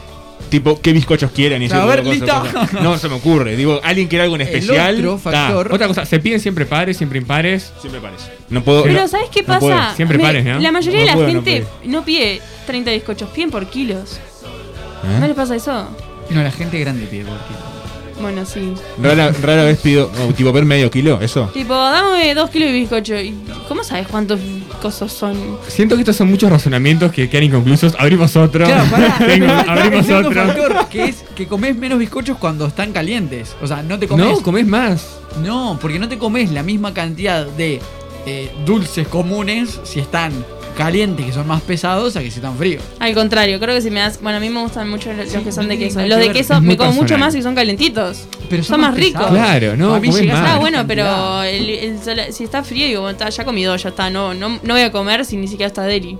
tipo, qué bizcochos quieren. Y decir,
A ver,
cosa,
lista.
cosa. No, se me ocurre. Digo, alguien quiere algo en
El
especial.
otro
Ta.
factor-
Otra cosa, se piden siempre pares, siempre impares.
Siempre parece. No puedo.
Pero
no-
¿sabes qué
no
pasa?
puedo.
Siempre
Me-
pares, ¿eh? ¿no?
La mayoría
No
de la
puedo, no
gente no, pide 30 bizcochos, piden por kilos.
¿Eh?
¿No les pasa eso?
No, la gente grande pide porque-
Bueno, sí.
Rara, rara vez pido, oh, tipo, ver medio kilo, eso.
Tipo, dame dos kilos de bizcocho. ¿Y ¿Cómo sabes cuántos cosos son?
Siento que estos son muchos razonamientos que quedan inconclusos. Abrimos otro.
Claro, pará.
*laughs* Tengo-
Está
abrimos
el segundo
otro.
factor, que es que comes menos bizcochos cuando están calientes. O sea, no te comes.
No, comés más.
No, porque no te comes la misma cantidad de eh, dulces comunes si están calientes, que son más pesados, a que si están fríos.
Al contrario, creo que si me das. Bueno, a mí me gustan mucho los los que son de
tiene
queso.
nada
Los
que
de
ver.
queso
Es muy
me como mucho
personal.
más y son calentitos.
Pero
Son más ricos.
pesados.
Claro, no,
A mí
comés
llegás
más.
a
Está
la
bueno, pero
cantidad.
el, el sol- si está frío, digo, está, ya comí dos, ya está. No, no, no voy a comer si ni siquiera está deli.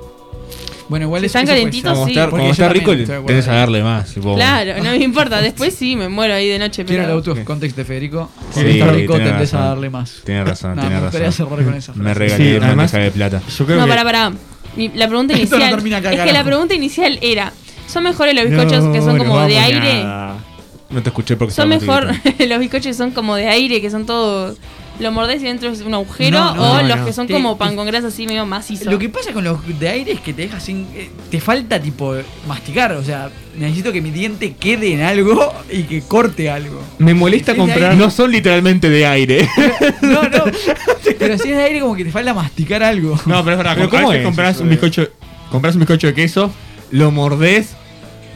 Bueno, igual
Si
eso-
están
eso puede
calentitos,
ser.
Como
sí.
está,
Porque
como
yo
está
también
rico,
estoy de acuerdo.
tenés a darle más.
Oh.
supongo.
Claro, no me
*laughs*
importa. Después sí, me muero ahí de noche.
Quiero el
Pero...
auto context de Federico.
Sí,
Cuando está rico,
tenés
tendés a
razón.
darle más.
Tienes razón,
Nah,
tienes
me gustaría
razón.
cerrar con esa
Me
frase.
regalé
Sí,
una
además-
caja de plata.
Yo creo
No,
que.
pará, pará. Mi- la
*laughs*
pregunta
Esto no
inicial.
termina acá,
es que la
carajo.
pregunta inicial era: ¿son mejores los bizcochos que son
No,
como
no
de
vamos
aire?
nada.
No te escuché porque
Son
estaba
mejor, *laughs*
contigo.
los bizcochos son como de aire, que son todos. Lo mordés y dentro es un agujero,
No, no,
o
no,
los
no.
que son
Te-
como
te-
pan con grasa así medio macizo.
Lo que pasa con los de aire es que te deja sin. eh, te falta, tipo, masticar. O sea, necesito que mi diente quede en algo y que corte algo.
Me molesta
Es de
comprar.
aire.
No son literalmente de *laughs* aire.
*laughs*
No, no. Pero si es de aire, como que te falta masticar algo.
No, pero es verdad.
Pero
com- a
¿cómo
veces
es
compras
eso eh?
un
de-
bizcocho, compras un bizcocho de queso, lo mordés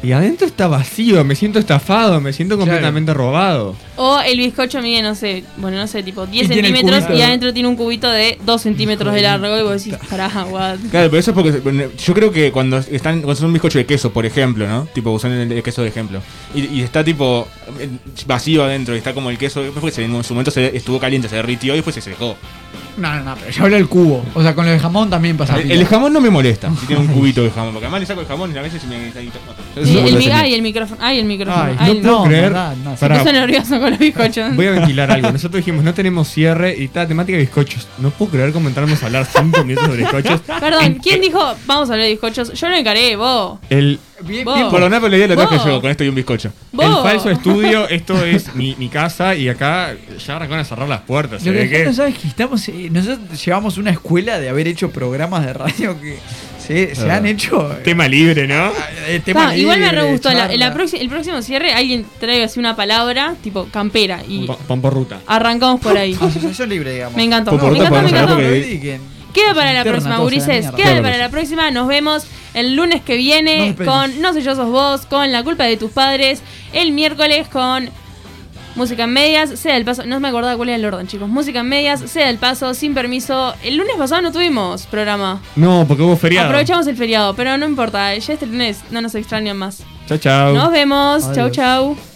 y adentro está vacío. Me siento estafado, me siento
Claro.
completamente robado.
O el bizcocho mide, no sé, bueno, no sé, tipo 10
Y tiene el
centímetros
cubito.
y adentro tiene un cubito de 2 centímetros de largo. Y vos decís, pará, what. Eh,
Claro, pero eso es porque yo creo que cuando están cuando son un bizcocho de queso, por ejemplo, ¿no? Tipo usando el, el queso de ejemplo y, y está tipo eh, vacío adentro y está como el queso, porque se- en su momento se estuvo caliente, se derritió y después se secó.
No, no, no, pero yo hablo del cubo. O sea, con lo de jamón también pasa.
El, el jamón no me molesta, si tiene un cubito de jamón, porque además le saco el jamón y a veces se me
Y el, mi-
Eso-
ay, el micrófono, ay, el micrófono.
Ay,
ay,
no,
puedo creer.
no, no, no.
Me
Pará,
puse *laughs* nervioso con los bizcochos. *laughs*
Voy a ventilar algo. Nosotros dijimos, no tenemos cierre y está temática de bizcochos. No puedo creer cómo entramos a hablar 5 minutos de bizcochos.
Perdón, ¿quién dijo, vamos a hablar de bizcochos? Yo lo encaré, vos.
El,
Bien,
Vos.
bien por-
Perdoná, pero la idea la traje
Oh. Vos.
yo con esto y un bizcocho.
Vos.
el falso estudio, esto es mi, mi casa y acá ya arrancaron a cerrar las puertas. se
Lo que
ve
la gente
que-
no sabe es que estamos, eh, nosotros llevamos una escuela de haber hecho programas de radio que se, se han hecho. eh,
Tema libre, ¿no?
eh,
Ah, igual me re
libre,
gustó. la- la
charla.
proxi- el próximo cierre, alguien trae así una palabra, tipo campera, y
Pon- Pon por ruta.
arrancamos por ahí.
Asociación libre, digamos.
Me encantó.
Por
Me
favor,
encantó, me
podemos hablar
encantó.
porque-
Queda para la
Interna,
próxima,
todo se da
Ulises.
mierda.
Queda
Claro
para
que
la próxima. Nos vemos el lunes que
Nos
viene
despedimos.
con No sé yo sos vos, con La culpa de tus padres. El miércoles con Música en medias, sea del paso. No me acordaba cuál era el orden, chicos. Música en medias, sea del paso, sin permiso. El lunes pasado no tuvimos programa.
No, porque hubo feriado.
Aprovechamos el feriado, pero no importa. Ya este lunes no nos extrañan más.
Chao, chao.
Nos vemos. Chau,
Adiós.
chau.